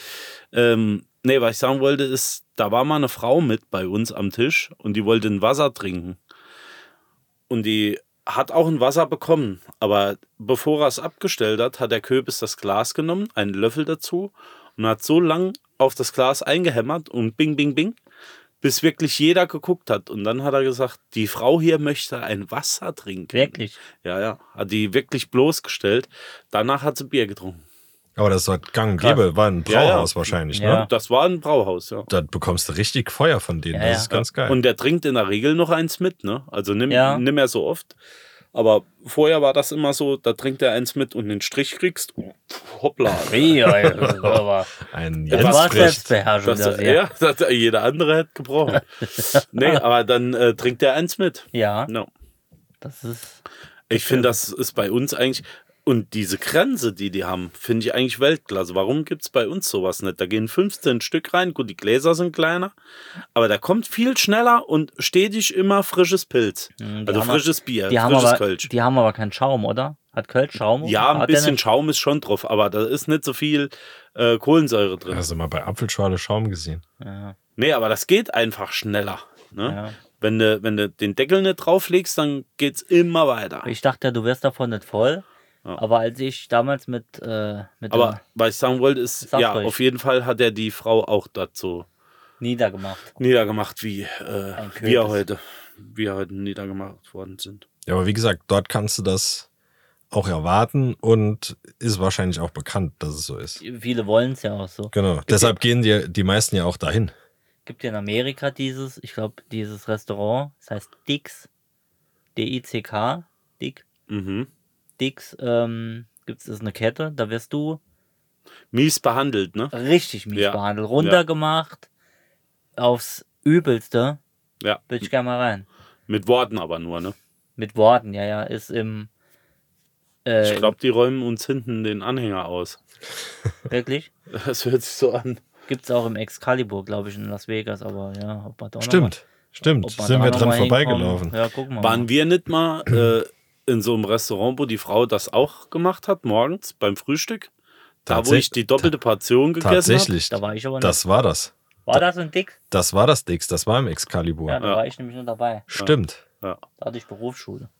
S5: Ähm, nee, was ich sagen wollte, ist, da war mal eine Frau mit bei uns am Tisch und die wollte ein Wasser trinken. Und die hat auch ein Wasser bekommen, aber bevor er es abgestellt hat, hat der Köbis das Glas genommen, einen Löffel dazu und hat so lang auf das Glas eingehämmert und bing, bing, bing, bis wirklich jeder geguckt hat. Und dann hat er gesagt, die Frau hier möchte ein Wasser trinken.
S4: Wirklich.
S5: Ja, ja. Hat die wirklich bloßgestellt. Danach hat sie Bier getrunken.
S6: Aber das war gang und gäbe, war ein
S5: Ja, ja.
S6: Brauhaus wahrscheinlich,
S4: Ja.
S6: ne?
S5: Das war ein Brauhaus, ja.
S6: Da bekommst du richtig Feuer von denen.
S4: Ja,
S6: das ist
S4: ja.
S6: ganz geil.
S5: Und der trinkt in der Regel noch eins mit, ne? Also nimm,
S4: Ja.
S5: nimm er so oft. Aber vorher war das immer so, da trinkt er eins mit und den Strich kriegst. Oh, hoppla.
S4: Ja,
S6: ein
S4: das war
S6: Jens bricht.
S4: Selbstbeherrschung.
S5: Das,
S4: Das,
S5: ja, das, jeder andere hätte gebrochen. nee, aber dann äh, trinkt er eins mit.
S4: ja,
S5: No.
S4: das ist.
S5: Ich finde, das ist bei uns eigentlich. Und diese Grenze, die die haben, finde ich eigentlich Weltklasse. Also Warum gibt es bei uns sowas nicht? Da gehen 15 Stück rein. Gut, die Gläser sind kleiner. Aber da kommt viel schneller und stetig immer frisches Pilz.
S4: die
S5: also
S4: haben-
S5: frisches Bier,
S4: Die haben,
S5: frisches
S4: aber,
S5: Kölsch.
S4: die haben aber keinen Schaum, oder? Hat Kölsch Schaum?
S5: Ja, ein
S4: Hat der
S5: bisschen
S4: nicht?
S5: Schaum ist schon drauf, aber da ist nicht so viel äh, Kohlensäure drin.
S6: Hast du mal bei Apfelschorle Schaum gesehen?
S4: Ja,
S5: Nee, aber das geht einfach schneller. Ne?
S4: ja.
S5: Wenn, du, wenn du den Deckel nicht drauflegst, dann geht es immer weiter.
S4: Ich dachte, du wirst davon nicht voll.
S5: Ja.
S4: Aber als ich damals mit. Äh, mit
S5: aber was ich sagen wollte, ist,
S4: Sag
S5: ja,
S4: ruhig.
S5: auf jeden Fall hat er die Frau auch dazu
S4: dem niedergemacht.
S5: niedergemacht, wie äh,
S4: Köbis.
S5: wir heute, wir heute niedergemacht worden sind.
S6: Ja, aber wie gesagt, dort kannst du das auch erwarten und ist wahrscheinlich auch bekannt, dass es so ist.
S4: Viele wollen es ja auch so.
S6: Genau. Deshalb gehen dir die meisten ja auch dahin.
S4: Gibt ja in Amerika dieses, ich glaube, dieses Restaurant, das heißt Dix. D-I-C-K. Dick.
S5: Mhm.
S4: Dix, ähm, gibt's, ist eine Kette, da wirst du
S5: Mies behandelt, ne?
S4: richtig mies
S5: Ja.
S4: behandelt. Runtergemacht. Aufs Übelste.
S5: Ja.
S4: Will ich gerne mal rein.
S5: Mit Worten aber nur, ne?
S4: Mit Worten, ja, ja. Ist im. Äh,
S5: Ich glaube, die räumen uns hinten den Anhänger aus.
S4: Wirklich?
S5: Das hört sich so an.
S4: Gibt's auch im Excalibur, glaube ich, in Las Vegas, aber ja, ob man da auch noch mal-
S6: Stimmt. Stimmt.
S4: ob man
S6: Sind
S4: da
S6: wir
S4: noch
S6: dran
S4: mal hinkommt.
S6: vorbeigelaufen.
S4: Ja, gucken wir mal.
S5: Waren wir nicht mal äh, in so einem Restaurant, wo die Frau das auch gemacht hat, morgens beim Frühstück? Da, wo
S6: Tatsächlich-
S5: ich die doppelte Portion gegessen habe?
S6: Tatsächlich.
S4: Da war ich aber nicht.
S6: Das war das.
S4: war das ein Dick?
S6: Das war das Dix. Das war im Excalibur.
S4: Ja, da
S5: Ja.
S4: war ich nämlich nur dabei.
S6: Stimmt.
S5: Ja.
S4: Da hatte ich Berufsschule.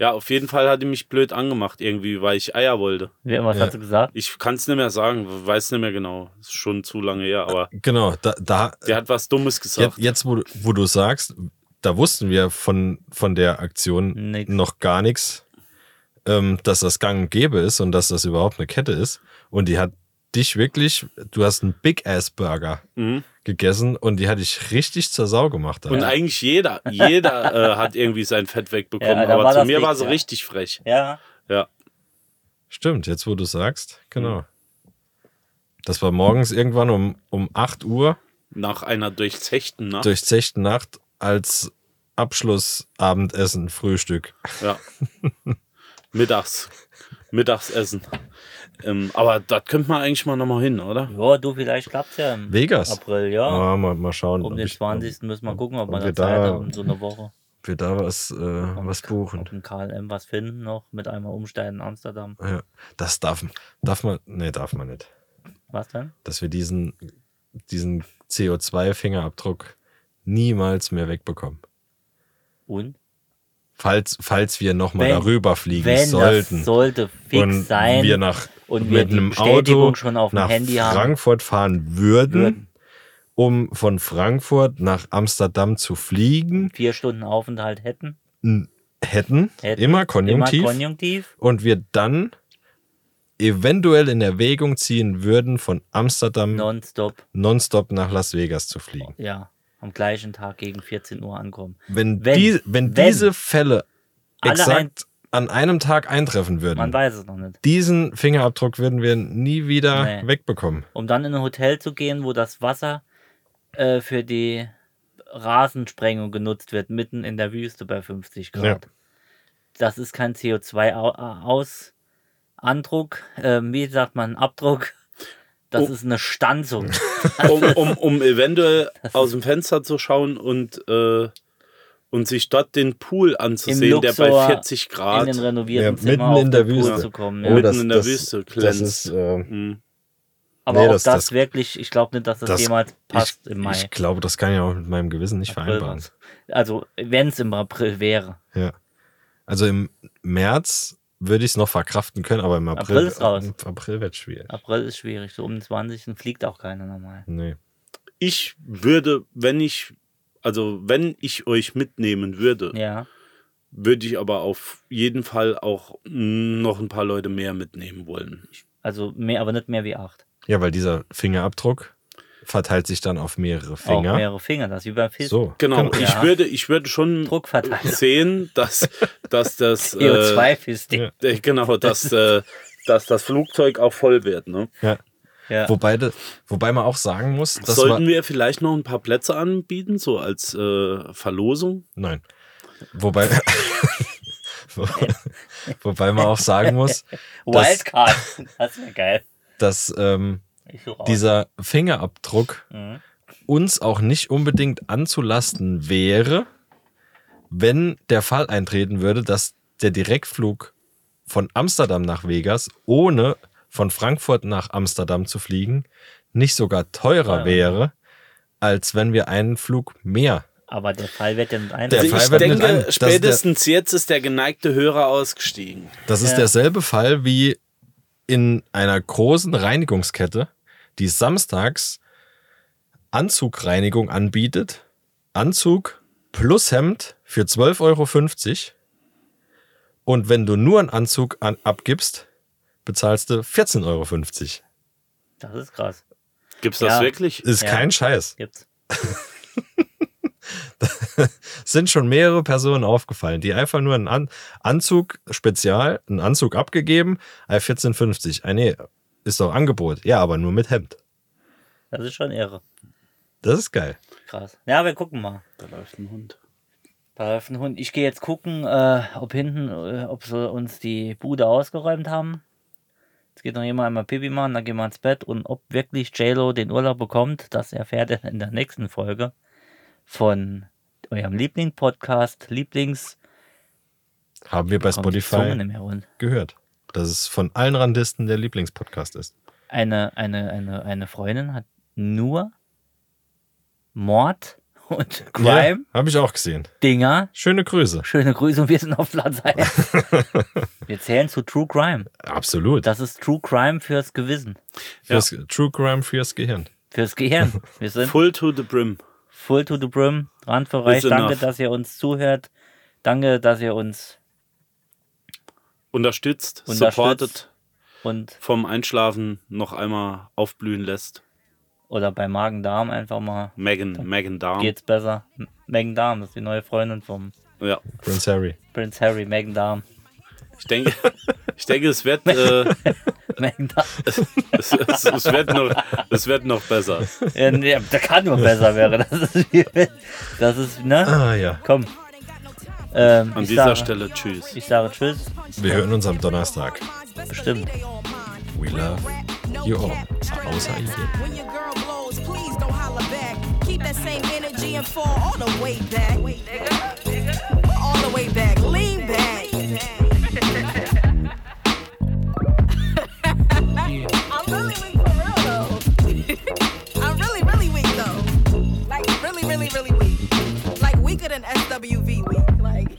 S5: ja, auf jeden Fall hat die mich blöd angemacht, irgendwie, weil ich Eier wollte.
S4: Wer- Was
S6: Ja.
S4: hast du gesagt?
S5: Ich kann es nicht mehr sagen, weiß nicht mehr genau. Ist schon zu lange her, aber
S6: Genau. Da, da,
S5: der hat was Dummes
S6: jetzt,
S5: gesagt.
S6: jetzt wo, du- wo du sagst, da wussten wir von, von der Aktion
S4: Nix.
S6: noch gar nichts, ähm, dass das gang und gäbe ist und dass das überhaupt eine Kette ist. Und die hat dich wirklich, du hast einen Big Ass Burger
S5: Mhm.
S6: gegessen und die hat dich richtig zur Sau gemacht.
S5: Und
S6: Alter.
S5: eigentlich jeder, jeder äh, hat irgendwie sein Fett wegbekommen,
S4: Ja, da
S5: aber
S4: war
S5: zu
S4: das
S5: mir
S4: Ding,
S5: war sie
S4: ja.
S5: richtig frech.
S4: Ja.
S5: Ja,
S6: Stimmt, jetzt wo du sagst, genau.
S5: Mhm.
S6: Das war morgens irgendwann um, um 8 Uhr
S5: nach einer durchzechten Nacht.
S6: durch zechten Nacht als Abschlussabendessen, Frühstück.
S5: Ja. Mittags. Mittagsessen. Ähm, aber das könnte man eigentlich mal nochmal hin, oder?
S4: Ja, du, vielleicht klappt's ja im
S6: Vegas.
S4: April, ja.
S6: Ah, mal, mal schauen,
S4: um
S6: ob,
S4: den
S6: ich,
S4: 20. müssen wir gucken, ob
S6: ob
S4: wir da
S6: wir
S4: Zeit
S6: da-
S4: haben, so eine Woche.
S6: ob wir da was, äh, was buchen.
S4: Ob ein KLM was finden noch, mit einmal umsteigen in Amsterdam.
S6: Ja, das darf, darf man, nee, darf man nicht.
S4: Was denn?
S6: Dass wir diesen, diesen CO2-Fingerabdruck niemals mehr wegbekommen.
S4: Und?
S6: Falls, falls wir nochmal
S4: Wenn-
S6: darüber fliegen
S4: Wenn
S6: sollten.
S4: das sollte fix
S6: und
S4: sein
S6: wir nach
S4: und wir
S6: mit
S4: die
S6: einem
S4: Bestätigung
S6: Auto
S4: schon auf dem
S6: nach
S4: Handy haben.
S6: Frankfurt fahren würden,
S4: Würden.
S6: um von Frankfurt nach Amsterdam zu fliegen,
S4: vier Stunden Aufenthalt hätten,
S6: n- hätten,
S4: Hätten.
S6: immer konjunktiv,
S4: immer Konjunktiv,
S6: und wir dann eventuell in Erwägung ziehen würden, von Amsterdam
S4: nonstop,
S6: nonstop nach Las Vegas zu fliegen.
S4: ja, am gleichen Tag gegen 14 Uhr ankommen.
S6: Wenn,
S4: Wenn-
S6: die, wenn,
S4: wenn.
S6: diese Fälle
S4: Alle
S6: exakt an einem Tag eintreffen
S4: Man
S6: würden,
S4: weiß es noch nicht.
S6: diesen Fingerabdruck würden wir nie wieder
S4: Nee.
S6: wegbekommen.
S4: Um dann in ein Hotel zu gehen, wo das Wasser äh, für die Rasensprengung genutzt wird, mitten in der Wüste bei 50 Grad.
S6: Ja.
S4: Das ist kein CO2-Aus-Andruck, äh, wie sagt man, Abdruck. Das
S5: Oh.
S4: ist eine Stanzung. Also
S5: Um, um, um eventuell aus dem Fenster zu schauen und, äh, und sich dort den Pool anzusehen, der bei
S4: Luxor
S5: 40
S4: in
S5: Grad.
S4: den renovierten
S6: Ja,
S4: Zimmer
S6: mitten
S4: auf
S6: in
S4: den
S6: der
S4: Pool
S6: Wüste.
S4: zu kommen.
S5: Oh,
S4: Ja.
S5: Mitten das- in der Wüste glänzt.
S6: Das ist, äh,
S5: Mhm.
S4: Aber
S6: nee,
S4: auch das,
S6: das- das-
S4: wirklich, ich glaube nicht, dass das,
S6: das-
S4: jemals passt
S6: ich,
S4: im Mai.
S6: ich glaube, das kann ich auch mit meinem Gewissen nicht
S4: April
S6: vereinbaren.
S4: war's. also wenn es im April wäre.
S6: Ja. Also im März würde ich es noch verkraften können, aber im April,
S4: April ist raus.
S6: im April wird schwierig.
S4: April ist schwierig, so um den 20. fliegt auch keiner normal.
S6: Nee.
S5: Ich würde, wenn ich, also wenn ich euch mitnehmen würde,
S4: Ja,
S5: würde ich aber auf jeden Fall auch mm, noch ein paar Leute mehr mitnehmen wollen.
S4: also mehr, aber nicht mehr wie acht.
S6: Ja, weil dieser Fingerabdruck verteilt sich dann auf mehrere
S4: Auch
S6: Finger.
S4: mehrere Finger, das ist wie beim Fisch.
S6: So.
S5: Genau,
S4: Genau.
S5: ich
S4: Ja.
S5: würde, ich würde schon
S4: Druckverteilung.
S5: sehen, dass, dass das äh,
S4: CO2-Fisting.
S5: äh, genau, dass, äh, dass das Flugzeug auch voll wird. Ne?
S6: Ja.
S4: Ja.
S6: Wobei, de- wobei man auch sagen muss, dass
S5: Sollten
S6: man,
S5: wir vielleicht noch ein paar Plätze anbieten, so als äh, Verlosung?
S6: nein. Wobei, wo- wobei man auch sagen muss, dass,
S4: Wildcard, das wäre geil.
S6: dass ähm,
S4: Ich suche auch.
S6: dieser Fingerabdruck
S4: Mhm.
S6: uns auch nicht unbedingt anzulasten wäre, wenn der Fall eintreten würde, dass der Direktflug von Amsterdam nach Vegas, ohne von Frankfurt nach Amsterdam zu fliegen, nicht sogar teurer
S4: Teurer.
S6: wäre, als wenn wir einen Flug mehr.
S4: Aber der Fall wird ja nicht
S6: Der
S4: einfach.
S5: Also ich
S6: Fall wird mit an-
S5: denke,
S6: das ist der-
S5: spätestens jetzt ist der geneigte Hörer ausgestiegen.
S6: Das ist
S4: Ja.
S6: derselbe Fall wie in einer großen Reinigungskette, die samstags Anzugreinigung anbietet. Anzug plus Hemd für 12,50 Euro. Und wenn du nur einen Anzug an, abgibst, bezahlst du 14,50 Euro.
S4: Das ist krass.
S5: Gibt es das
S4: Ja.
S5: wirklich?
S6: Ist
S4: Ja.
S6: kein Scheiß.
S4: Gibt's.
S6: Sind schon mehrere Personen aufgefallen, die einfach nur einen an Anzug spezial, einen Anzug abgegeben, ah, 14,50. Ah, nee, ist doch Angebot. Ja, aber nur mit Hemd.
S4: Das ist schon irre.
S6: Das ist geil.
S4: Krass. Ja, wir gucken mal.
S5: Da läuft ein Hund.
S4: Da läuft ein Hund. Ich gehe jetzt gucken, äh, ob hinten, äh, ob sie uns die Bude ausgeräumt haben. Jetzt geht noch jemand einmal Pipi machen, dann gehen wir ins Bett. Und ob wirklich JLo den Urlaub bekommt, das erfährt er in der nächsten Folge von eurem Liebling-Podcast. Lieblings.
S6: Haben wir bei
S4: Kommt die Zunge
S6: Spotify
S4: nicht mehr runter.
S6: gehört, dass es von allen Randisten der Lieblingspodcast ist.
S4: Eine, eine, eine, eine Freundin hat nur Mord und Crime-Dinger.
S6: Ja, Habe ich auch gesehen. Schöne Grüße.
S4: Schöne Grüße und wir sind auf Platz 1. wir zählen zu True Crime.
S6: Absolut.
S4: Das ist True Crime fürs Gewissen,
S6: Fürs, True Crime fürs Gehirn.
S4: fürs Gehirn. Wir sind
S5: Full
S4: full,
S5: to the brim.
S4: to the brim, Randverreich.
S5: Ist
S4: Danke,
S5: enough.
S4: dass ihr uns zuhört. Danke, dass ihr uns
S5: Unterstützt,
S4: Unterstützt.
S5: supportet,
S4: und
S5: vom Einschlafen noch einmal aufblühen lässt.
S4: oder bei Magen-Darm einfach mal
S5: Megan, Megan Darm.
S4: geht's besser. M- Magen-Darm ist die neue Freundin vom
S5: Ja.
S6: Prince Harry.
S4: Prinz Harry. Magen-Darm.
S5: Ich denke, ich denke, es wird, äh,
S4: Magen-Darm.
S5: es, es, es wird noch, es wird noch besser.
S4: ja, nee, da kann nur besser wäre. Das ist, wie- das ist ne?
S6: Ah ja.
S4: Komm. Ähm,
S5: An
S4: ich
S5: dieser
S4: sage,
S5: Stelle, tschüss.
S4: Ich sage Tschüss.
S6: Wir hören uns am Donnerstag.
S4: Bestimmt.
S6: We love you all. Außer ihr.
S3: When your girl blows, please don't holler back. Keep that same energy and fall all the way back. All the way back. Lean back. I'm really weak for real though. I'm really, really weak though. Like really, really, really weak. Like weaker than SWV weak. Like